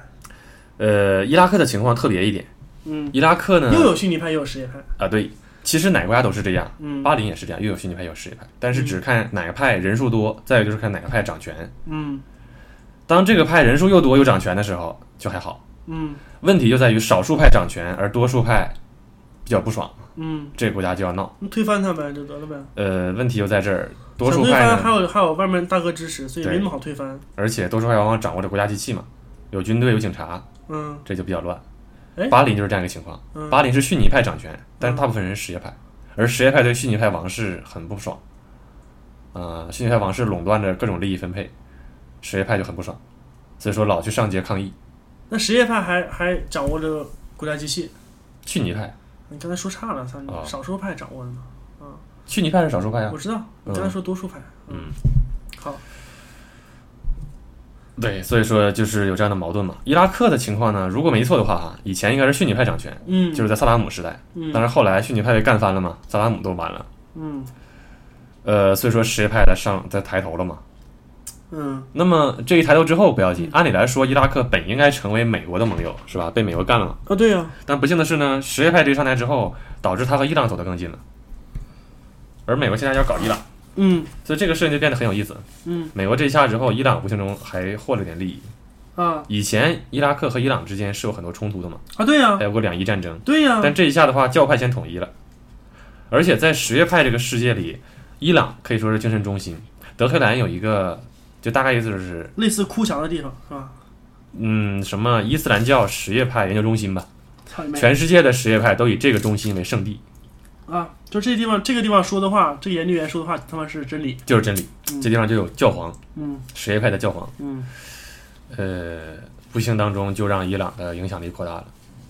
S2: 呃，伊拉克的情况特别一点，
S1: 嗯，
S2: 伊拉克呢
S1: 又有逊尼派，又有什叶派，
S2: 啊，对，其实哪个国家都是这样，
S1: 嗯，
S2: 巴林也是这样，又有逊尼派，又有什叶派，但是只看哪个派人数多，再有就是看哪个派掌权。
S1: 嗯
S2: 当这个派人数又多又掌权的时候，就还好。
S1: 嗯
S2: 问题就在于少数派掌权，而多数派比较不爽。
S1: 嗯，
S2: 这个国家就要闹。
S1: 推翻他呗，就得了呗。
S2: 呃，问题就在这儿，多
S1: 想
S2: 数
S1: 推
S2: 派
S1: 翻还
S2: 呢，
S1: 有还有外面大哥支持，所以没
S2: 对
S1: 那么好推翻。
S2: 而且多数派往往掌握着国家机器嘛，有军队有警察，
S1: 嗯
S2: 这就比较乱
S1: 哎。
S2: 巴林就是这样一个情况，
S1: 嗯，
S2: 巴林是逊尼派掌权，但是大部分人是什叶派，而什叶派对逊尼派王室很不爽，呃，逊尼派王室垄断着各种利益分配，什叶派就很不爽，所以说老去上街抗议。
S1: 那什叶派还还掌握着国家机器。
S2: 逊尼派，
S1: 你刚才说差了，操你！
S2: 哦
S1: 少数派掌握了吗？
S2: 逊尼派是少数派啊
S1: 我，知道，你刚才说多数派。嗯，
S2: 嗯，
S1: 好，
S2: 对，所以说就是有这样的矛盾嘛。伊拉克的情况呢，如果没错的话哈，以前应该是逊尼派掌权，
S1: 嗯，
S2: 就是在萨达姆时代。
S1: 嗯
S2: 但是后来逊尼派被干翻了嘛，萨达姆都完了，
S1: 嗯
S2: 呃，所以说什叶派在上在抬头了嘛。
S1: 嗯
S2: 那么这一抬头之后不要紧，按理来说伊拉克本应该成为美国的盟友，是吧？被美国干了嘛。
S1: 啊，对呀，
S2: 但不幸的是呢，什叶派这一上台之后，导致他和伊朗走得更近了，而美国现在要搞伊朗，
S1: 嗯
S2: 所以这个事情就变得很有意思。
S1: 嗯
S2: 美国这一下之后，伊朗无形中还获了点利益。
S1: 啊
S2: 以前伊拉克和伊朗之间是有很多冲突的嘛，
S1: 啊，对呀
S2: 还，有过两伊战争。
S1: 对呀，
S2: 但这一下的话，教派先统一了，而且在什叶派这个世界里，伊朗可以说是精神中心。德黑兰有一个，就大概意思就是，
S1: 类似哭墙的地方是吧？
S2: 嗯，什么伊斯兰教什叶派研究中心吧，
S1: 操你妹！
S2: 全世界的什叶派都以这个中心为圣地，
S1: 啊，就这地方，这个地方说的话，这个研究员说的话，他妈是真理。
S2: 就是真理
S1: 嗯。
S2: 这地方就有教皇，
S1: 嗯
S2: 什叶派的教皇。
S1: 嗯
S2: 呃，不幸当中就让伊朗的影响力扩大了。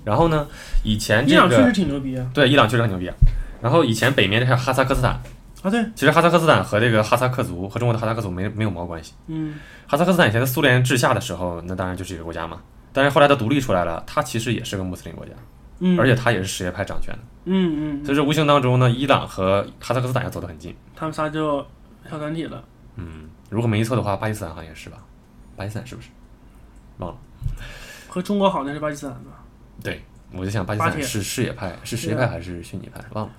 S2: 然后呢，以前
S1: 伊
S2: 这
S1: 朗确实
S2: 个
S1: 挺牛逼啊！
S2: 对伊朗确实很牛逼啊。然后以前北面还有哈萨克斯坦，
S1: 啊，对，
S2: 其实哈萨克斯坦和这个哈萨克族和中国的哈萨克族没没有毛关系。
S1: 嗯
S2: 哈萨克斯坦以前在苏联治下的时候，那当然就是一个国家嘛。但是后来它独立出来了，它其实也是个穆斯林国家，
S1: 嗯，
S2: 而且它也是什叶派掌权的。
S1: 嗯嗯
S2: 所以说无形当中呢，伊朗和哈萨克斯坦要走得很近。
S1: 嗯，他们仨就小团体了。
S2: 嗯，如果没记错的话，巴基斯坦好像也是吧？巴基斯坦是不是？忘了。
S1: 和中国好像是巴基斯坦吧？
S2: 对，我就想巴基斯坦是什叶派，是什叶
S1: 对
S2: 派
S1: 啊
S2: 还是逊尼派？忘了。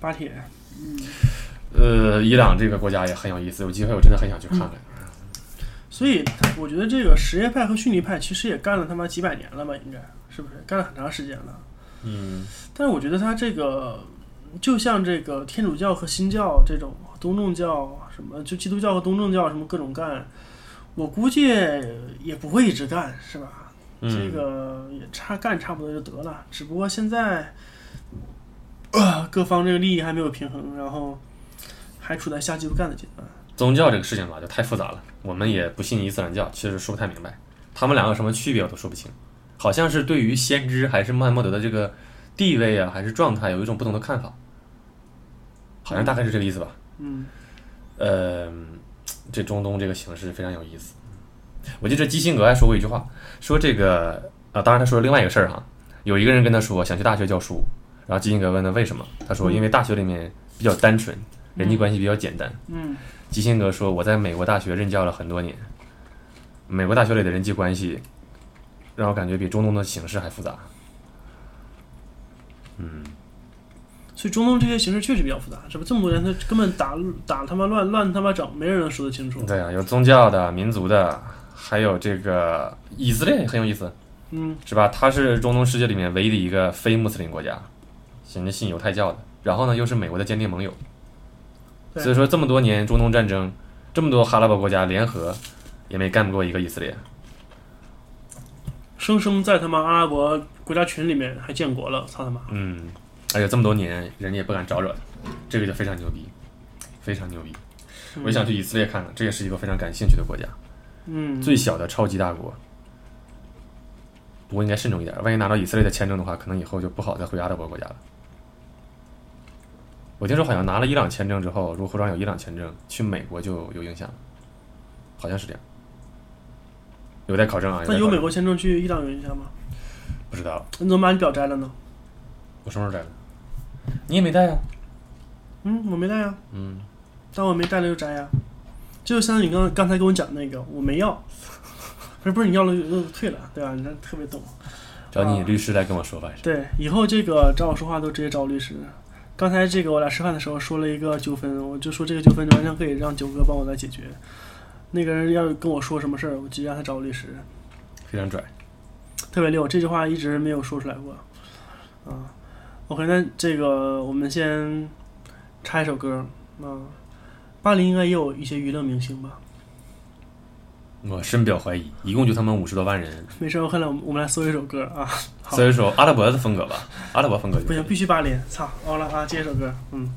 S1: 巴铁，
S2: 呃，伊朗这个国家也很有意思，有机会我真的很想去看看。
S1: 所以我觉得这个什叶派和逊尼派其实也干了他妈几百年了吧，应该是不是干了很长时间了？
S2: 嗯，
S1: 但是我觉得它这个就像这个天主教和新教这种东正教什么，就基督教和东正教什么各种干，我估计也不会一直干，是吧？
S2: 嗯
S1: 这个也差干差不多就得了。只不过现在，呃，各方这个利益还没有平衡，然后还处在瞎鸡巴干的阶段。
S2: 宗教这个事情吧，就太复杂了。我们也不信伊斯兰教，其实说不太明白，他们两个有什么区别我都说不清。好像是对于先知还是穆罕默德的这个地位啊，还是状态，有一种不同的看法，好像大概是这个意思吧。
S1: 嗯，
S2: 呃，这中东这个形势非常有意思。我记得基辛格还说过一句话，说这个呃，当然他说了另外一个事儿哈，有一个人跟他说想去大学教书，然后基辛格问他为什么，他说因为大学里面比较单纯，人际关系比较简单。
S1: 嗯，
S2: 基辛格说我在美国大学任教了很多年，美国大学里的人际关系让我感觉比中东的形势还复杂。嗯，
S1: 所以中东这些形势确实比较复杂，这不这么多人，他根本打打他妈乱乱他妈整，没人能说得清楚。
S2: 对啊，有宗教的、民族的，还有这个以色列也很有意思。
S1: 嗯
S2: 是吧？它是中东世界里面唯一的一个非穆斯林国家，人家信犹太教的，然后呢又是美国的坚定盟友，啊
S1: 对
S2: 所以说这么多年中东战争，这么多哈拉伯国家联合，也没干不过一个以色列。
S1: 生生在他妈阿拉伯国家群里面还建国了，操他妈！
S2: 嗯，而且这么多年人家也不敢招惹他，这个就非常牛逼，非常牛逼。我也想去以色列看看，这也是一个非常感兴趣的国家，
S1: 嗯，
S2: 最小的超级大国。不过应该慎重一点，万一拿到以色列的签证的话，可能以后就不好再回阿拉伯国家了。我听说好像拿了伊朗签证之后，如果护照上有伊朗签证，去美国就有影响了，好像是这样。有待考证啊。
S1: 那
S2: 待
S1: 有
S2: 考
S1: 美
S2: 证
S1: 国签证去伊朗圆一下吗？
S2: 不知道，
S1: 你怎么把你表摘了呢？
S2: 我什么时候带的？你也没带啊？
S1: 嗯，我没带呀，
S2: 嗯，
S1: 但我没带了就摘呀。这就相当于你刚刚才跟我讲那个，我没要，不是不是你要了就就退了，对吧？你这特别懂。
S2: 找你律师来跟我说吧。还是
S1: 对，以后这个找我说话都直接找律师。刚才这个我俩吃饭的时候说了一个纠纷，我就说这个纠纷完全可以让九哥帮我来解决。那个人要跟我说什么事儿，我直接让他找律师。
S2: 非常拽。
S1: 特别溜，这句话一直没有说出来过。啊，OK，那这个我们先插一首歌。啊，巴黎应该也有一些娱乐明星吧？
S2: 我深表怀疑，一共就他们五十多万人，
S1: 没事，我看了，我们我们来搜一首歌啊。好
S2: 所以说阿拉伯的风格吧，阿拉伯风格就
S1: 不
S2: 可以
S1: 行，必须巴黎。操，好了啊，接一首歌，嗯。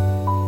S3: Thank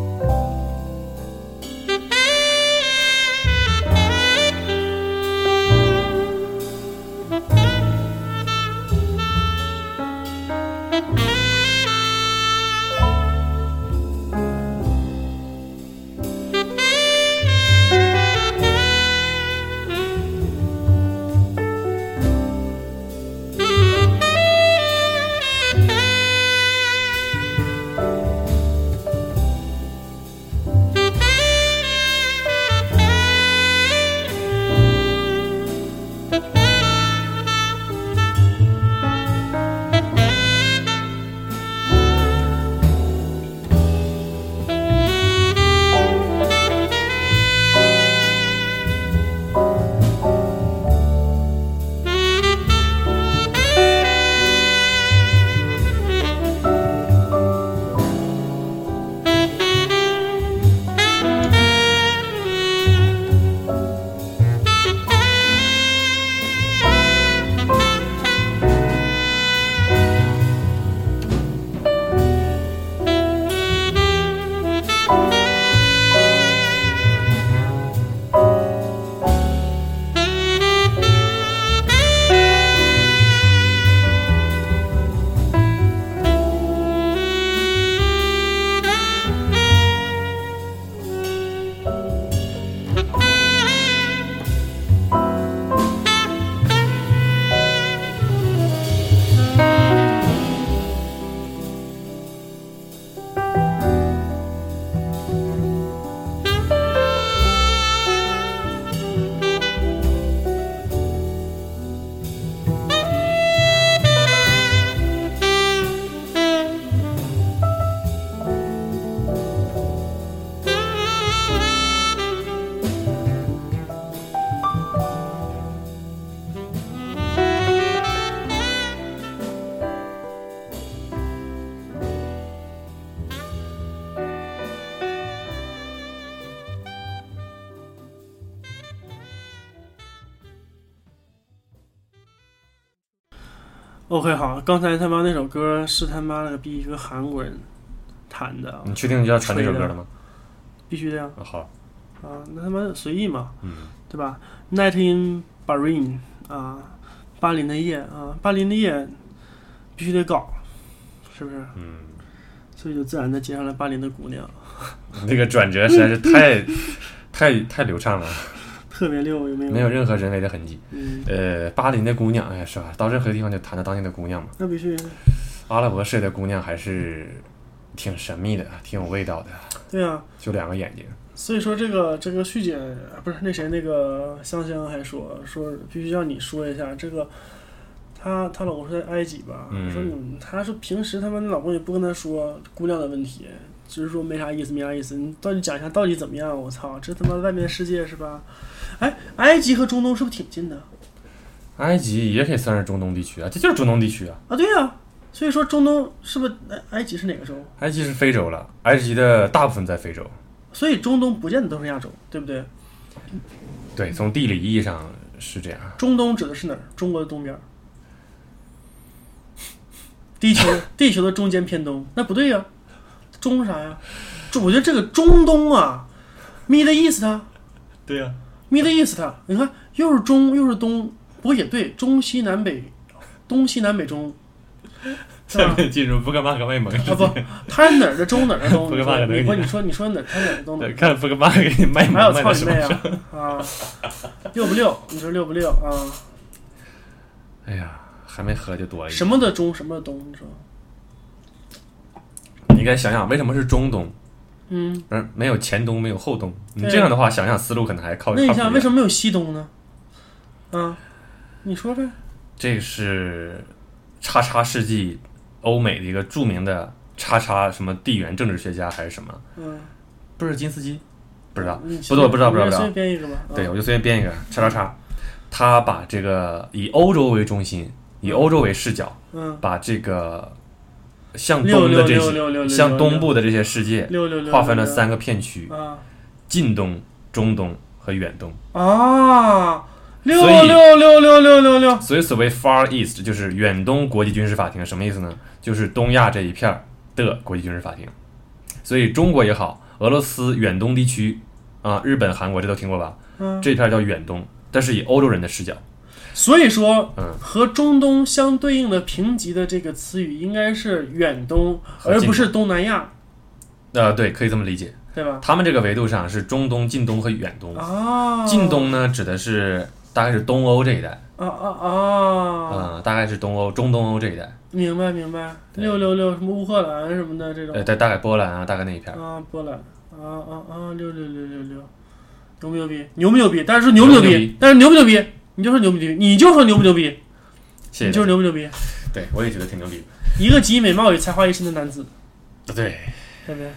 S1: OK，好，刚才他妈那首歌是他妈了个逼一个韩国人弹的，啊
S2: 啊你确定你就要传这首歌了吗？
S1: 必须的呀！
S2: 啊好，
S1: 啊，那他妈随意嘛，
S2: 嗯，
S1: 对吧？Night in Bahrain 啊，巴林的夜啊，巴林的夜必须得搞，是不是？
S2: 嗯，
S1: 所以就自然的接上了巴林的姑娘，
S2: 你这个转折实在是 太太太流畅了，
S1: 特别溜，有没有？
S2: 没有任何人为的痕迹。
S1: 嗯，
S2: 呃，巴林的姑娘，哎，是吧？到任何地方就谈到当地的姑娘嘛。
S1: 那必须，
S2: 阿拉伯式的姑娘还是挺神秘的，挺有味道的，
S1: 对啊。
S2: 就两个眼睛。
S1: 所以说这个这个旭姐不是那谁那个香香还说说必须要你说一下这个，她她老公是在埃及吧？
S2: 嗯
S1: 说你她说平时他们老公也不跟她说姑娘的问题，只是说没啥意思没啥意思，你到底讲一下到底怎么样？我操，这他妈外面世界是吧？哎，埃及和中东是不是挺近的
S2: 埃及也可以算是中东地区啊，这就是中东地区啊。
S1: 啊？对呀、所以说中东是不是埃埃及是哪个州？
S2: 埃及是非洲了，埃及的大部分在非洲。
S1: 所以中东不见得都是亚洲，对不对？
S2: 对，从地理意义上是这样。
S1: 中东指的是哪儿？中国的东边儿，地球 地球的中间偏东，那不对呀、中是啥呀？中，我觉得这个中东啊，Middle East 啊
S2: 对 呀、
S1: ，Middle East 啊，你看又是中又是东，不过也对，中西南北，东西南北 中，是吧
S2: 下面进入不可马可外蒙
S1: 啊
S2: 世
S1: 不
S2: 界，，
S1: 它是哪儿的中哪儿的 东？
S2: 不
S1: 你
S2: 跟骂
S1: 说
S2: 个东西
S1: 你不你说你说哪儿它哪儿的东哪儿的东？
S2: 看不可马可给你卖
S1: 还有操
S2: 萌卖到
S1: 你
S2: 什么
S1: 妹
S2: 时候？
S1: 啊啊，六不六？你说六不六啊？
S2: 哎呀，还没喝就多一点。
S1: 什么的中什么的东？你说，
S2: 你应该想想为什么是中东，
S1: 嗯。
S2: 而没有前东，没有后东。你
S1: 对
S2: 这样的话，想想思路可能还靠
S1: 那你
S2: 靠谱
S1: 想
S2: 一
S1: 为
S2: 点
S1: 什么没有西东呢？啊，你说呗。
S2: 这是叉叉世纪欧美的一个著名的叉叉什么地缘政治学家还是什么？
S1: 嗯，
S2: 布尔金斯基，不知道，
S1: 你
S2: 不多不知道不知道不知
S1: 随
S2: 道
S1: 便。编一个吧。啊
S2: 对，，我就随便编一个叉叉叉，他把这个以欧洲为中心，以欧洲为视角，
S1: 嗯，
S2: 把这个向
S1: 六
S2: 东
S1: 六
S2: 的这
S1: 六六六六
S2: 些向东部的这些世界
S1: 六六六
S2: 划分了三个片区：
S1: 啊
S2: 近东、中东和远东。
S1: 啊六
S2: 所以
S1: 六六六六六六
S2: 所以所谓 Far East 就是远东国际军事法庭，什么意思呢？就是东亚这一片儿的国际军事法庭。所以中国也好，俄罗斯远东地区啊，日本、韩国这都听过吧？
S1: 嗯，
S2: 这片儿叫远东，但是以欧洲人的视角，
S1: 所以说
S2: 嗯，
S1: 和中东相对应的评级的这个词语应该是远东，
S2: 和
S1: 而
S2: 近
S1: 不是东南亚，
S2: 呃，对，可以这么理解。
S1: 对吧？
S2: 他们这个维度上是中东、近东和远东。
S1: 啊，
S2: 近东呢，指的是大概是东欧这一带，
S1: 啊啊啊！
S2: 啊、大概是东欧、中东欧这一带，
S1: 明白明白，
S2: 对
S1: 六六六什么乌克兰什么的这种
S2: 呃，。在大概波兰啊，大概那一片儿。
S1: 啊，波兰，啊啊啊，六六六六六，牛不牛逼？牛不牛逼？但是说牛不牛
S2: 牛不牛
S1: 逼
S2: 逼？
S1: 但是牛不牛逼？你就说牛不牛逼？你就说牛不牛逼？
S2: 谢
S1: 你就是
S2: 谢大家。
S1: 牛不牛逼？
S2: 对，我也觉得挺牛逼的。
S1: 一个集美貌与才华于一身的男子，
S2: 对，
S1: 对不对？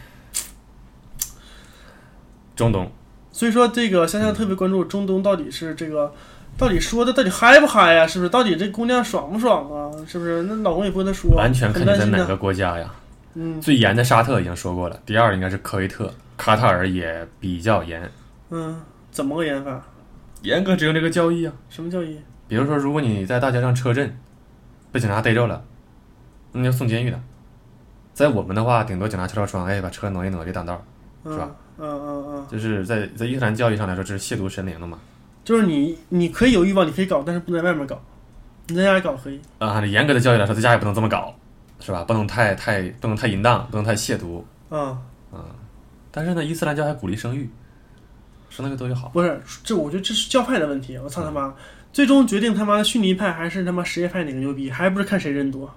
S2: 中东，
S1: 所以说这个香香特别关注中东到底是这个，到底说的到底嗨不嗨呀、是不是？到底这姑娘爽不爽啊？是不是？那老公也不跟她说，
S2: 完全看
S1: 很
S2: 你
S1: 担
S2: 在
S1: 心
S2: 哪
S1: 的。
S2: 个国家呀。
S1: 嗯
S2: 啊最严的沙特已经说过了，第二应该是科威特，卡塔尔也比较严。
S1: 嗯，怎么个研发？
S2: 严格执行这个交易啊，
S1: 什么叫一？
S2: 比如说，如果你在大街上车震，被警察逮着了，那你要送监狱的。在我们的话，顶多警察敲敲窗，哎，把车挪一挪，别挡道儿。
S1: 嗯
S2: 是吧
S1: 嗯嗯嗯，
S2: 就是在在伊斯兰教义上来说，这是亵渎神灵的嘛。
S1: 就是你你可以有欲望，你可以搞，但是不能在外面搞，你在家里搞可以。
S2: 啊，严格的教育来说，在家也不能这么搞，是吧？不能太太不能太淫荡，不能太亵渎。
S1: 嗯。
S2: 但是呢，伊斯兰教还鼓励生育，生的越多越好。
S1: 不是，这我觉得这是教派的问题。我操他妈！最终决定他妈的逊尼派还是他妈什叶派哪个牛逼，还不是看谁人多，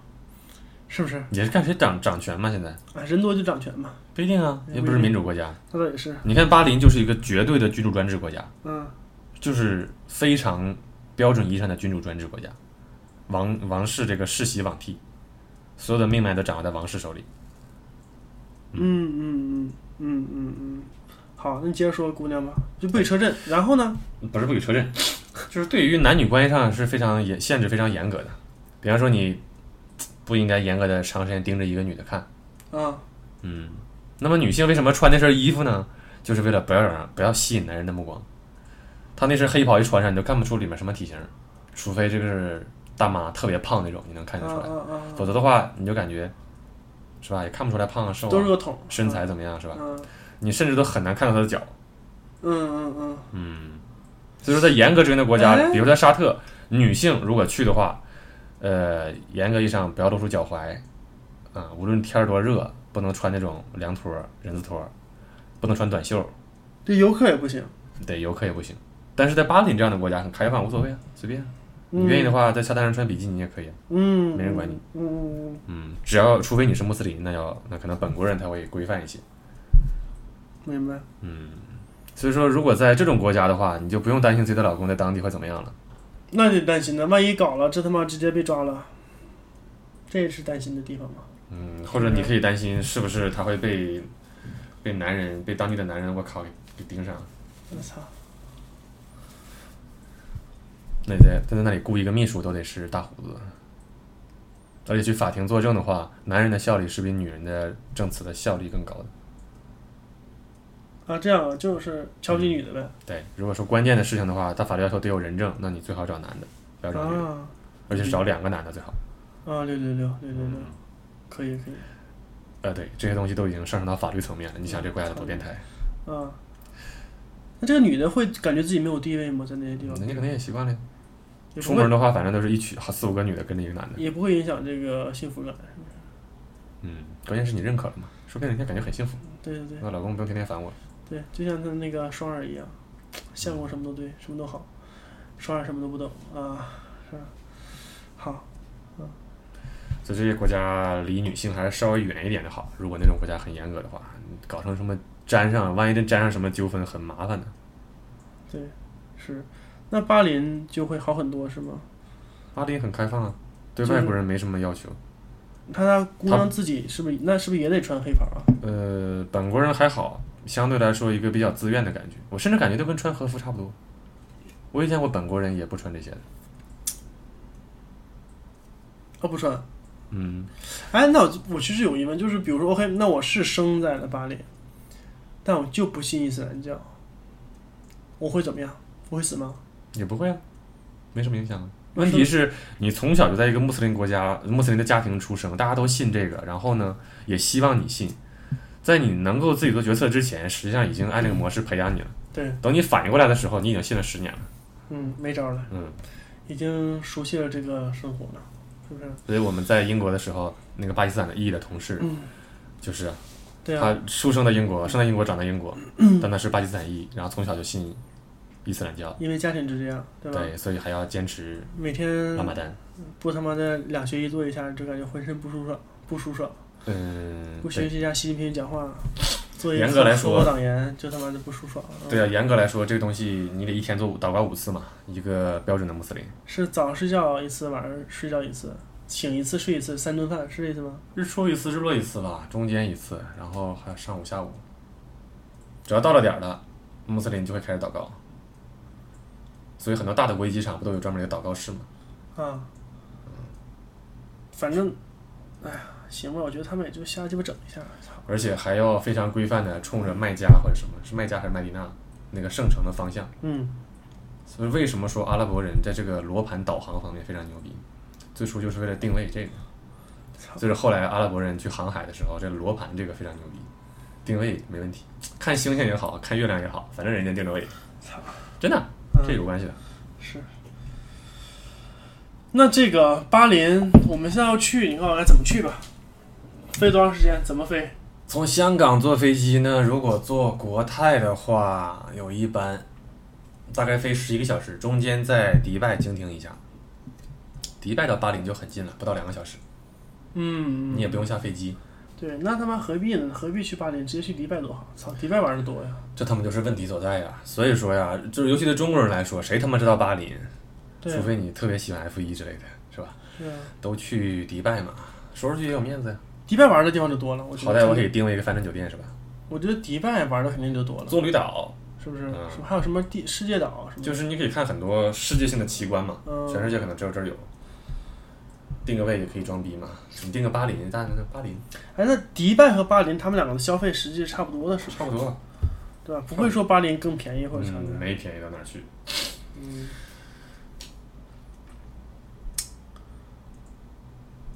S1: 是不是？
S2: 也是看谁掌掌权嘛，现在
S1: 啊，人多就掌权嘛，
S2: 不一定啊，又不是民主国家。
S1: 那倒也是。啊
S2: 你看巴林就是一个绝对的君主专制国家，
S1: 嗯，
S2: 就是非常标准意义上的君主专制国家，王王室这个世袭罔替，所有的命脉都掌握在王室手里。
S1: 嗯嗯嗯嗯嗯嗯。好，那你接着说姑娘吧，就不许车震。然后呢？
S2: 不是不给车 震，就是对于男女关系上是非常严限制非常严格的。比方说你嘖不应该严格的长时间盯着一个女的看，
S1: 啊，
S2: 嗯。那么女性为什么穿那身衣服呢？就是为了不要让不要吸引男人的目光。她那身黑袍一穿上，你都看不出里面什么体型，除非这个是大妈特别胖那种，你能看得出来。
S1: 嗯嗯嗯
S2: 否则的话，你就感觉是吧，也看不出来胖啊瘦
S1: 都是
S2: 啊，
S1: 个桶，
S2: 身材怎么样是吧？
S1: 嗯
S2: 你甚至都很难看到他的脚。
S1: 嗯嗯嗯
S2: 嗯，所以说在严格执行的国家，
S1: 哎
S2: 比如在沙特，女性如果去的话，呃，严格意义上不要露出脚踝，啊、无论天儿多热，不能穿那种凉拖、人字拖，不能穿短袖，
S1: 嗯，对游客也不行，
S2: 对游客也不行。但是在巴林这样的国家很开放，无所谓啊，随便啊，你愿意的
S1: 话，
S2: 话，在沙滩上穿比基尼也可以啊。
S1: 嗯，
S2: 没人管你，
S1: 嗯嗯，
S2: 嗯，只要除非你是穆斯林，那要那可能本国人他会规范一些。
S1: 嗯明白，
S2: 嗯，所以说如果在这种国家的话，你就不用担心自己的老公在当地会怎么样了。
S1: 那你担心的，万一搞了，这他妈直接被抓了，这也是担心的地方嘛，
S2: 嗯，或者你可以担心是不是他会被被男人被当地的男人我靠给给盯上，
S1: 我操，
S2: 那你在他在那里雇一个秘书都得是大胡子，而且去法庭作证的话，男人的效力是比女人的证词的效力更高的。
S1: 啊，这样啊，就是瞧
S2: 嗯
S1: 不起女的呗，
S2: 对，如果说关键的事情的话，他法律要求得有人证，那你最好找男的，不要找女的，
S1: 啊
S2: 而且是找两个男的最好。
S1: 啊，六六六六六
S2: 嗯
S1: 六，可以可以，
S2: 呃，对，这些东西都已经上升到法律层面了，你想这国家有多变态？
S1: 啊，那这个女的会感觉自己没有地位吗？在那些地
S2: 嗯
S1: 方，
S2: 那你可能也习惯了呀。
S1: 也
S2: 出
S1: 不会
S2: 门的话，反正都是一群好四五个女的跟着一个男的。
S1: 也不会影响这个幸福感，
S2: 嗯，关键是你认可了嘛，说不定人家感觉很幸福。
S1: 对对对。
S2: 那老公不用天天烦我。
S1: 对，就像他那个双耳一样，相公什么都对，什么都好，双耳什么都不懂啊，是吧？好，
S2: 所以这些国家离女性还是稍微远一点就好。如果那种国家很严格的话，你搞成什么沾上，万一真沾上什么纠纷，很麻烦的。
S1: 对，是。那巴林就会好很多是吗？
S2: 巴黎很开放啊，对
S1: 就是
S2: 外国人没什么要求。
S1: 他那姑
S2: 他
S1: 娘自己是不是那是不是也得穿黑袍啊？
S2: 呃，本国人还好，相对来说一个比较自愿的感觉。我甚至感觉都跟穿和服差不多。我也见过本国人也不穿这些的。
S1: 哦，不穿。
S2: 嗯，
S1: 哎，那我我其实有疑问，就是比如说，OK，那我是生在了巴林，但我就不信伊斯兰教，我会怎么样？我会死吗？
S2: 也不会啊，没什么影响啊。
S1: 那
S2: 问
S1: 是
S2: 题是，你从小就在一个穆斯林国家、穆斯林的家庭出生，大家都信这个，然后呢，也希望你信。在你能够自己做决策之前，实际上已经按这个模式培养你了。
S1: 对，
S2: 等你反应过来的时候，你已经信了十年了。
S1: 嗯，没招了，
S2: 嗯，
S1: 已经熟悉了这个生活了，是不是？
S2: 所以我们在英国的时候，那个巴基斯坦的裔的同事，
S1: 嗯
S2: 就是啊嗯
S1: 对啊，
S2: 他出生在英国，生在英国，长在英国，但他是巴基斯坦裔，然后从小就信伊斯兰教，
S1: 因为家庭就这样，对吧？
S2: 对，所以还要坚持
S1: 每天
S2: 拉玛丹。
S1: 不他妈的俩学期做一下，就感觉浑身不舒爽，不舒爽。
S2: 嗯，
S1: 不
S2: 对
S1: 学习一下习近平讲话，做一
S2: 严格来
S1: 做
S2: 说
S1: 做党员，就他妈的不舒爽。嗯
S2: 对啊，严格来说，这个东西你得一天做五祷告五次嘛，一个标准的穆斯林。
S1: 是早上睡觉一次，晚上睡觉一次，醒一次睡一次，三顿饭是这意思吗？
S2: 日出一次，日落一次吧，中间一次，然后还有上午、下午，只要到了点儿了，穆斯林就会开始祷告。所以很多大的国际机场不都有专门的祷告室吗？
S1: 啊，反正，哎呀，行吧，我觉得他们也就瞎鸡巴整一下，操，
S2: 而且还要非常规范的冲着麦加或者什么是麦加还是麦地那那个圣城的方向。
S1: 嗯，
S2: 所以为什么说阿拉伯人在这个罗盘导航方面非常牛逼？最初就是为了定位这个，
S1: 操，
S2: 就是后来阿拉伯人去航海的时候，这罗盘这个非常牛逼，定位没问题，看星星也好看月亮也好，反正人家定了位
S1: 操，
S2: 真的
S1: 嗯
S2: 这有关系的。
S1: 是。那这个巴林，我们现在要去，你告诉我该怎么去吧？飞多长时间？怎么飞？
S2: 从香港坐飞机呢，如果坐国泰的话，有一班，大概飞十一个小时，中间在迪拜经停一下。迪拜到巴林就很近了，不到两个小时，
S1: 嗯，
S2: 你也不用下飞机。
S1: 对，那他妈何必呢？何必去巴林？直接去迪拜多好！操，迪拜玩的多呀。
S2: 这他妈就是问题所在呀！所以说呀，就是尤其对中国人来说，谁他妈知道巴林？
S1: 对
S2: 除
S1: 啊，
S2: 非你特别喜欢 F 一之类的，是吧？
S1: 是啊，
S2: 都去迪拜嘛，说出去也有面子呀。
S1: 迪拜玩的地方就多了。我觉
S2: 好
S1: 得
S2: 歹我可以定位一个帆船酒店，是吧？
S1: 我觉得迪拜玩的肯定就多了，
S2: 棕榈岛
S1: 是不是？
S2: 嗯
S1: 什么还有什么地世界岛啊什么的？
S2: 就是你可以看很多世界性的奇观嘛，
S1: 嗯
S2: 全世界可能只有这儿有。定个位也可以装逼嘛，你定个巴林，大家那巴林
S1: 哎，那迪拜和巴林他们两个的消费实际是差不多的，是吧
S2: 差不多，
S1: 对吧？不会说巴林更便宜或者啥嗯
S2: 嗯，
S1: 的。
S2: 没便宜到哪儿去。
S1: 嗯，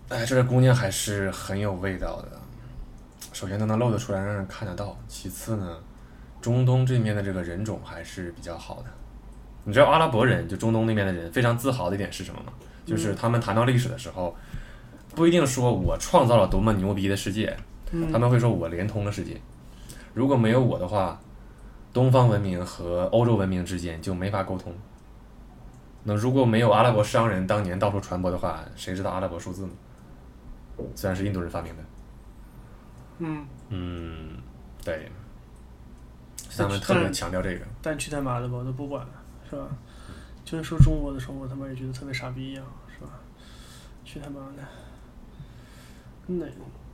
S2: 哎，这个姑娘还是很有味道的。首先，她能露得出来，让人看得到；其次呢，中东这面的这个人种还是比较好的。你知道阿拉伯人，就中东那边的人，非常自豪的一点是什么吗？就是他们谈到历史的时候，不一定说我创造了多么牛逼的世界，
S1: 嗯
S2: 他们会说我连通了世界。如果没有我的话，东方文明和欧洲文明之间就没法沟通。那如果没有阿拉伯商人当年到处传播的话，谁知道阿拉伯数字呢？虽然是印度人发明的，
S1: 嗯，
S2: 嗯，对，他们特别强调这个。
S1: 但去他妈的吧，我都不管，是吧？就跟说中国的时候，我他妈也觉得特别傻逼一样，是吧？去他妈的，那，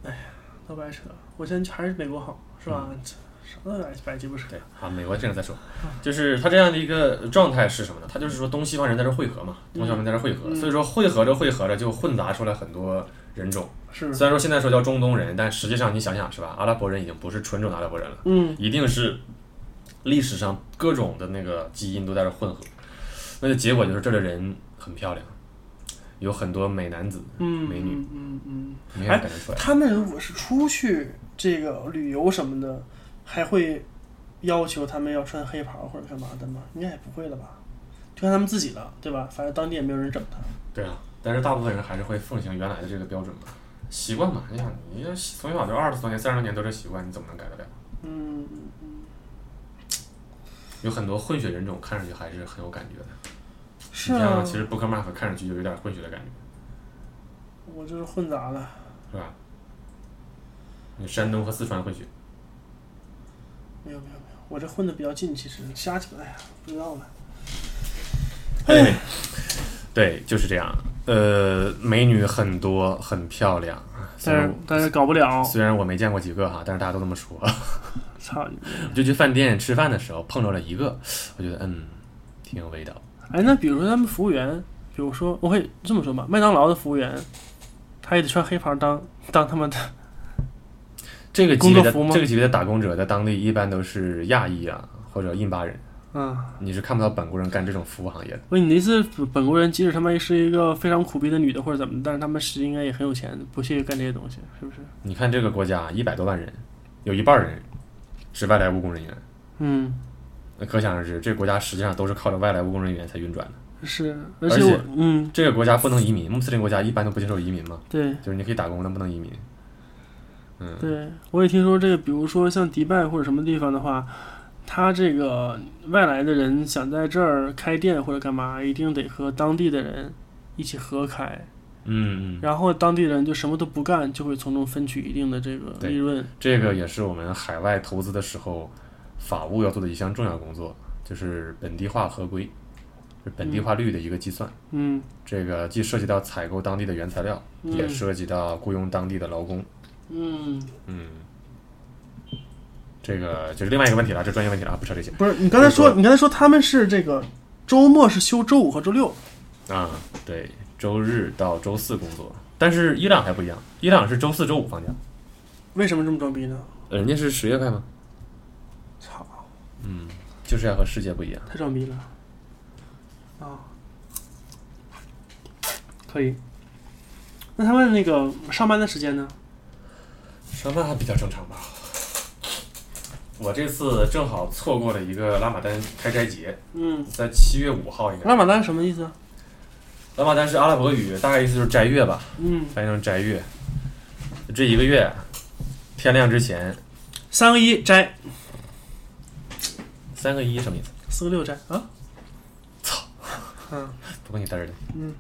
S1: 哎呀，都白扯。我现在还是美国好，是吧？
S2: 嗯
S1: 这什么都白白鸡巴扯。
S2: 对，好，美国这个再说，就是他这样的一个状态是什么呢？他就是说东西方人在这汇合嘛，东西方人在这汇合，
S1: 嗯
S2: 所以说汇合着汇合着就混杂出来很多人种。
S1: 是，
S2: 虽然说现在说叫中东人，但实际上你想想是吧？阿拉伯人已经不是纯种的阿拉伯人了，
S1: 嗯，
S2: 一定是历史上各种的那个基因都在这混合，那就结果就是这儿的人很漂亮，有很多美男子，
S1: 嗯，
S2: 美女
S1: 嗯嗯嗯。
S2: 明显感觉出来。
S1: 他们如果是出去这个旅游什么的，还会要求他们要穿黑袍或者干嘛的吗？应该也不会了吧？就看他们自己了，对吧？反正当地也没有人整他。
S2: 对啊，但是大部分人还是会奉行原来的这个标准嘛，习惯嘛。你想，你要从小就二十多年、三十多年都这习惯，你怎么能改得了？
S1: 嗯嗯嗯，
S2: 有很多混血人种看上去还是很有感觉的。
S1: 是
S2: 你
S1: 啊
S2: 像，其实布克曼夫看上去就有点混血的感觉，
S1: 我就是混杂了。
S2: 是吧？你山东和四川混血，
S1: 没有没有没有，我这混的比较近，其实瞎扯，哎呀，不知道了。
S2: 哎， 对，就是这样。呃，美女很多，很漂亮。虽然
S1: 但是搞不了，
S2: 虽然我没见过几个哈，啊但是大家都这么说。
S1: 操你！
S2: 就去饭店吃饭的时候碰着了一个，我觉得嗯，挺有味道。
S1: 哎，那比如说他们服务员，比如说我可以这么说吧，麦当劳的服务员，他也得穿黑袍当当他们的，
S2: 这个级别的
S1: 工作服吗
S2: 这个级别的打工者在当地一般都是亚裔啊或者印巴人，
S1: 嗯。
S2: 你是看不到本国人干这种服务行业的。
S1: 不是你的意思，本国人即使他们是一个非常苦逼的女的或者怎么的，但是他们是应该也很有钱，不屑于干这些东西，是不是？
S2: 你看这个国家一百多万人，有一半人是外来务工人员，
S1: 嗯，
S2: 那可想而知，这个国家实际上都是靠着外来务工人员才运转的。
S1: 是，而
S2: 而
S1: 且
S2: 且
S1: 我，嗯，
S2: 这个国家不能移民，穆斯林国家一般都不接受移民嘛，
S1: 对
S2: 就是你可以打工，但不能移民。嗯，
S1: 对，我也听说这个，比如说像迪拜或者什么地方的话，他这个外来的人想在这儿开店或者干嘛，一定得和当地的人一起合开，
S2: 嗯嗯，
S1: 然后当地人就什么都不干，就会从中分取一定的这个
S2: 对
S1: 利润。
S2: 这个也是我们海外投资的时候，法务要做的一项重要工作，就是本地化合规，就是本地化率的一个计算。
S1: 嗯
S2: 这个既涉及到采购当地的原材料，
S1: 嗯
S2: 也涉及到雇佣当地的劳工。
S1: 嗯，
S2: 嗯，这个就是另外一个问题了，这专业问题了，啊不扯这些
S1: 不是，你刚才
S2: 所以
S1: 说，
S2: 说
S1: 你刚才说他们是这个周末是休周五和周六。
S2: 啊。对，周日到周四工作，但是伊朗还不一样，伊朗是周四周五放假，
S1: 为什么这么装逼呢？
S2: 呃人家是什叶派嘛，
S1: 操，
S2: 嗯，就是要和世界不一样。
S1: 太装逼了！啊、可以。那他们那个上班的时间呢？
S2: 上班还比较正常吧。我这次正好错过了一个拉玛丹开斋节，
S1: 嗯，
S2: 在七月五号应该。
S1: 拉玛丹什么意思啊？
S2: 拉玛丹是阿拉伯语，大概意思就是斋月吧。
S1: 嗯，
S2: 翻译成斋月。这一个月，天亮之前，
S1: 三个一摘，
S2: 三个一什么意思？
S1: 四个六摘啊。
S2: 不跟你嘚儿的。
S1: 嗯。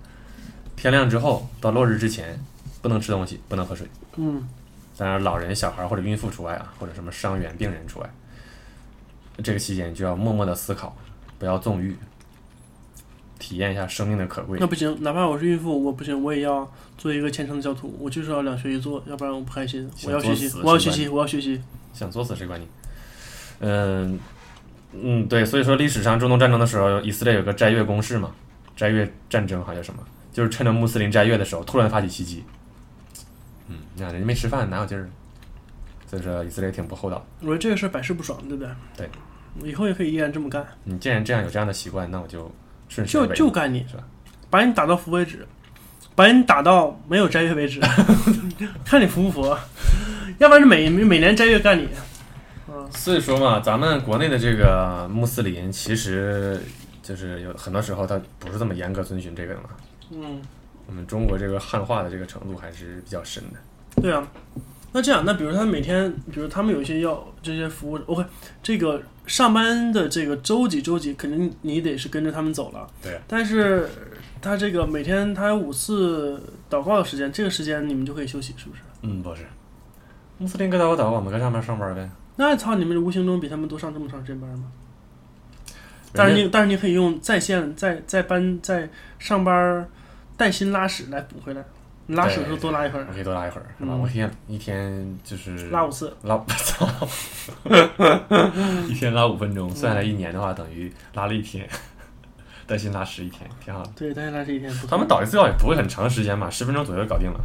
S2: 天亮之后到落日之前，不能吃东西，不能喝水。
S1: 嗯
S2: 当然，老人、小孩或者孕妇除外啊，或者什么伤员、病人除外。这个期间就要默默的思考，不要纵欲，体验一下生命的可贵
S1: 嗯那。不行，哪怕我是孕妇，我不行，我也要做一个虔诚的教徒，我就是要两学一做，要不然我不开心。我
S2: 想
S1: 要
S2: 作
S1: 学习
S2: 死，
S1: 我要
S2: 是
S1: 学
S2: 吧
S1: 习，我要学习。
S2: 想作死谁管你？嗯嗯，对，所以说历史上中东战争的时候，以色列有个斋月攻势嘛，斋月战争好像叫什么，就是趁着穆斯林斋月的时候突然发起袭击。嗯，你看人家没吃饭，哪有劲儿？所以说以色列挺不厚道。
S1: 我觉得这个事儿百试不爽，对不对？
S2: 对。
S1: 以后也可以依然这么干，
S2: 你既然这样有这样的习惯，那我就顺势
S1: 就
S2: 而为
S1: 就干你
S2: 是吧，
S1: 把你打到服为止。把你打到没有斋月为 止，看你服不服，要不然就每每年斋月干你。嗯，
S2: 所以说嘛，咱们国内的这个穆斯林，其实就是有很多时候他不是这么严格遵循这个的嘛。
S1: 嗯，
S2: 我们中国这个汉化的这个程度还是比较深的。
S1: 对啊。那这样，那比如他每天，比如他们有一些要这些服务，OK，这个上班的这个周几周几，肯定你得是跟着他们走了。
S2: 对啊
S1: 但是他这个每天他有五次祷告的时间，这个时间你们就可以休息，是不是？
S2: 嗯，不是，穆斯林该祷告祷告，我们该上班上班呗。
S1: 那操，你们无形中比他们多上这么长时间班吗？但是
S2: 人家
S1: 你，但是你可以用在线、在在班、在上班带薪拉屎来补回来。你拉屎的时候多拉一会儿
S2: 我，可以多拉一会儿，是吧？
S1: 嗯
S2: 我一天一天就是
S1: 拉五 次。
S2: 拉，我操，一天拉五分钟，算下来一年的话，等于拉了一天， 带薪拉十一天，挺好的。
S1: 对，带薪拉屎一天不错。
S2: 他们祷一次告也不会很长时间嘛，十分钟左右就搞定了。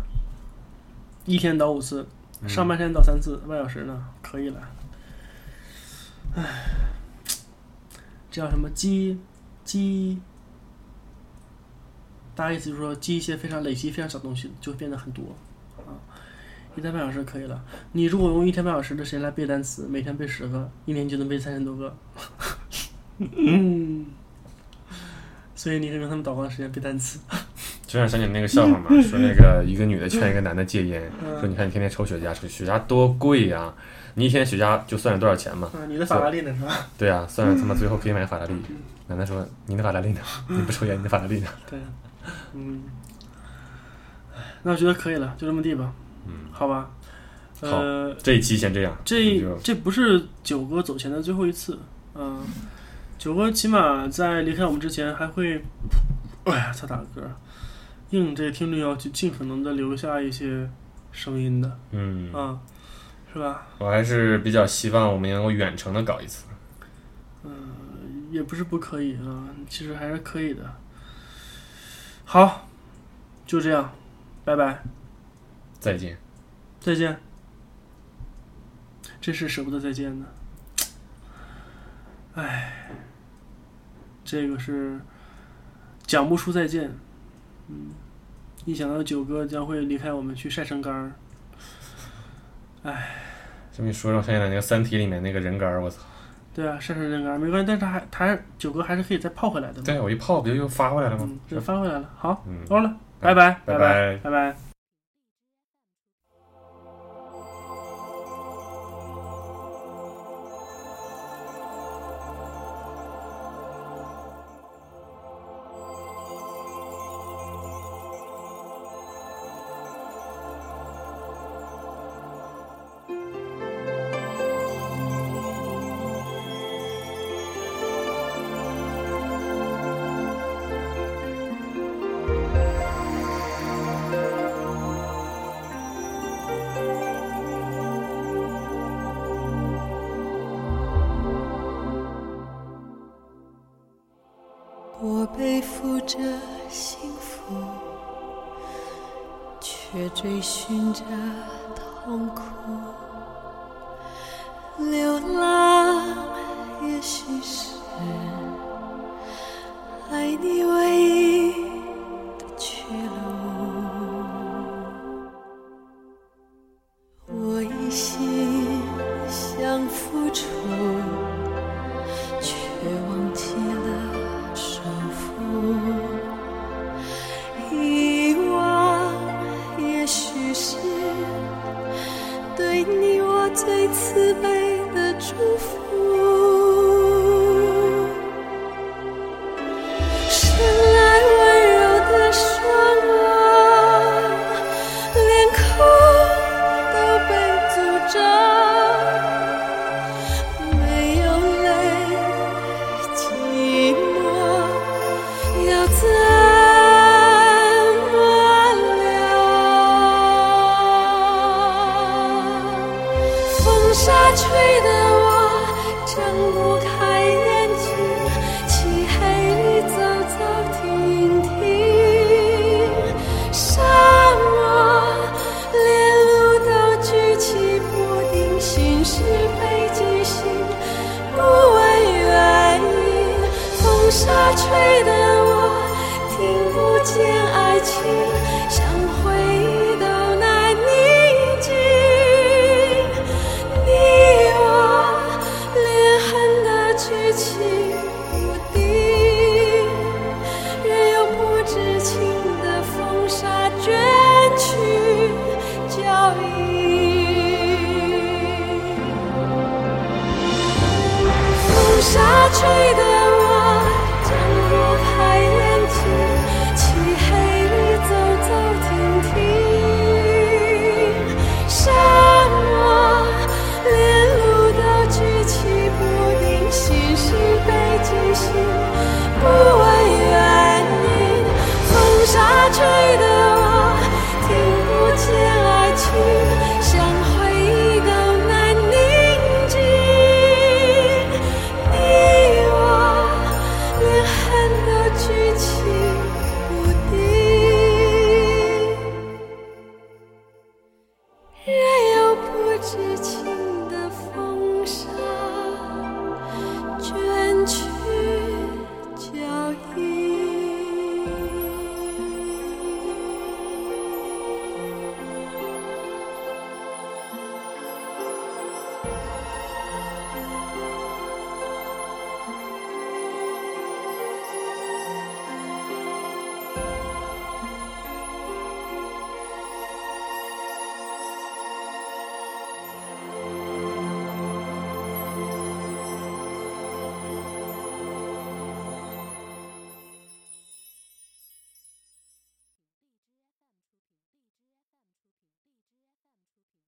S1: 一天倒五次，
S2: 嗯
S1: 上半天倒三次，半小时呢，可以了。唉，这叫什么积积？大家意思就是说积一些非常累积非常小东西，就会变得很多啊。一天半小时可以了。你如果用一天半小时的时间来背单词，每天背十个，一年就能背三千多个。嗯， 所以你可以用他们祷告的时间背单词。
S2: 就让想起那个笑话嘛，说那个一个女的劝一个男的戒烟，
S1: 嗯
S2: 说你看你天天抽雪茄，抽雪茄多贵呀、你一天雪茄就算是多少钱嘛？
S1: 啊，你的法拉利呢是吧？
S2: 对啊，算是他妈最后可以买法拉利。男的说：“你的法拉利呢？ 你不抽烟，你的法拉利呢
S1: 对，嗯，唉那我觉得可以了，就这么地吧，？”
S2: 嗯，
S1: 好吧。呃，
S2: 这一期先这样。
S1: 这
S2: 你就
S1: 这不是九哥走前的最后一次，嗯、九哥起码在离开我们之前还会，哎呀，他打个嗝，应这听众要求，尽可能的留下一些声音的，
S2: 嗯，
S1: 啊，是吧？
S2: 我还是比较希望我们能够远程的搞一次。
S1: 也不是不可以啊，其实还是可以的。好，就这样，拜拜。
S2: 再见。
S1: 再见。真是舍不得再见呢。唉，这个是讲不出再见。嗯，一想到九哥将会离开我们去晒成干儿，
S2: 这么一说，让我想起来那个《三体》里面那个人干儿，我操！
S1: 对啊，晒成人干儿没关系，但是还他九哥还是可以再泡回来的嘛。
S2: 对我一泡不就又发回来了吗
S1: 嗯，？这翻回来了。好，
S2: 嗯，
S1: 好了，拜拜，
S2: 拜
S1: 拜
S2: 拜，
S1: 拜拜。
S3: 我背负着幸福，却追寻着痛苦。流浪也许是爱你唯一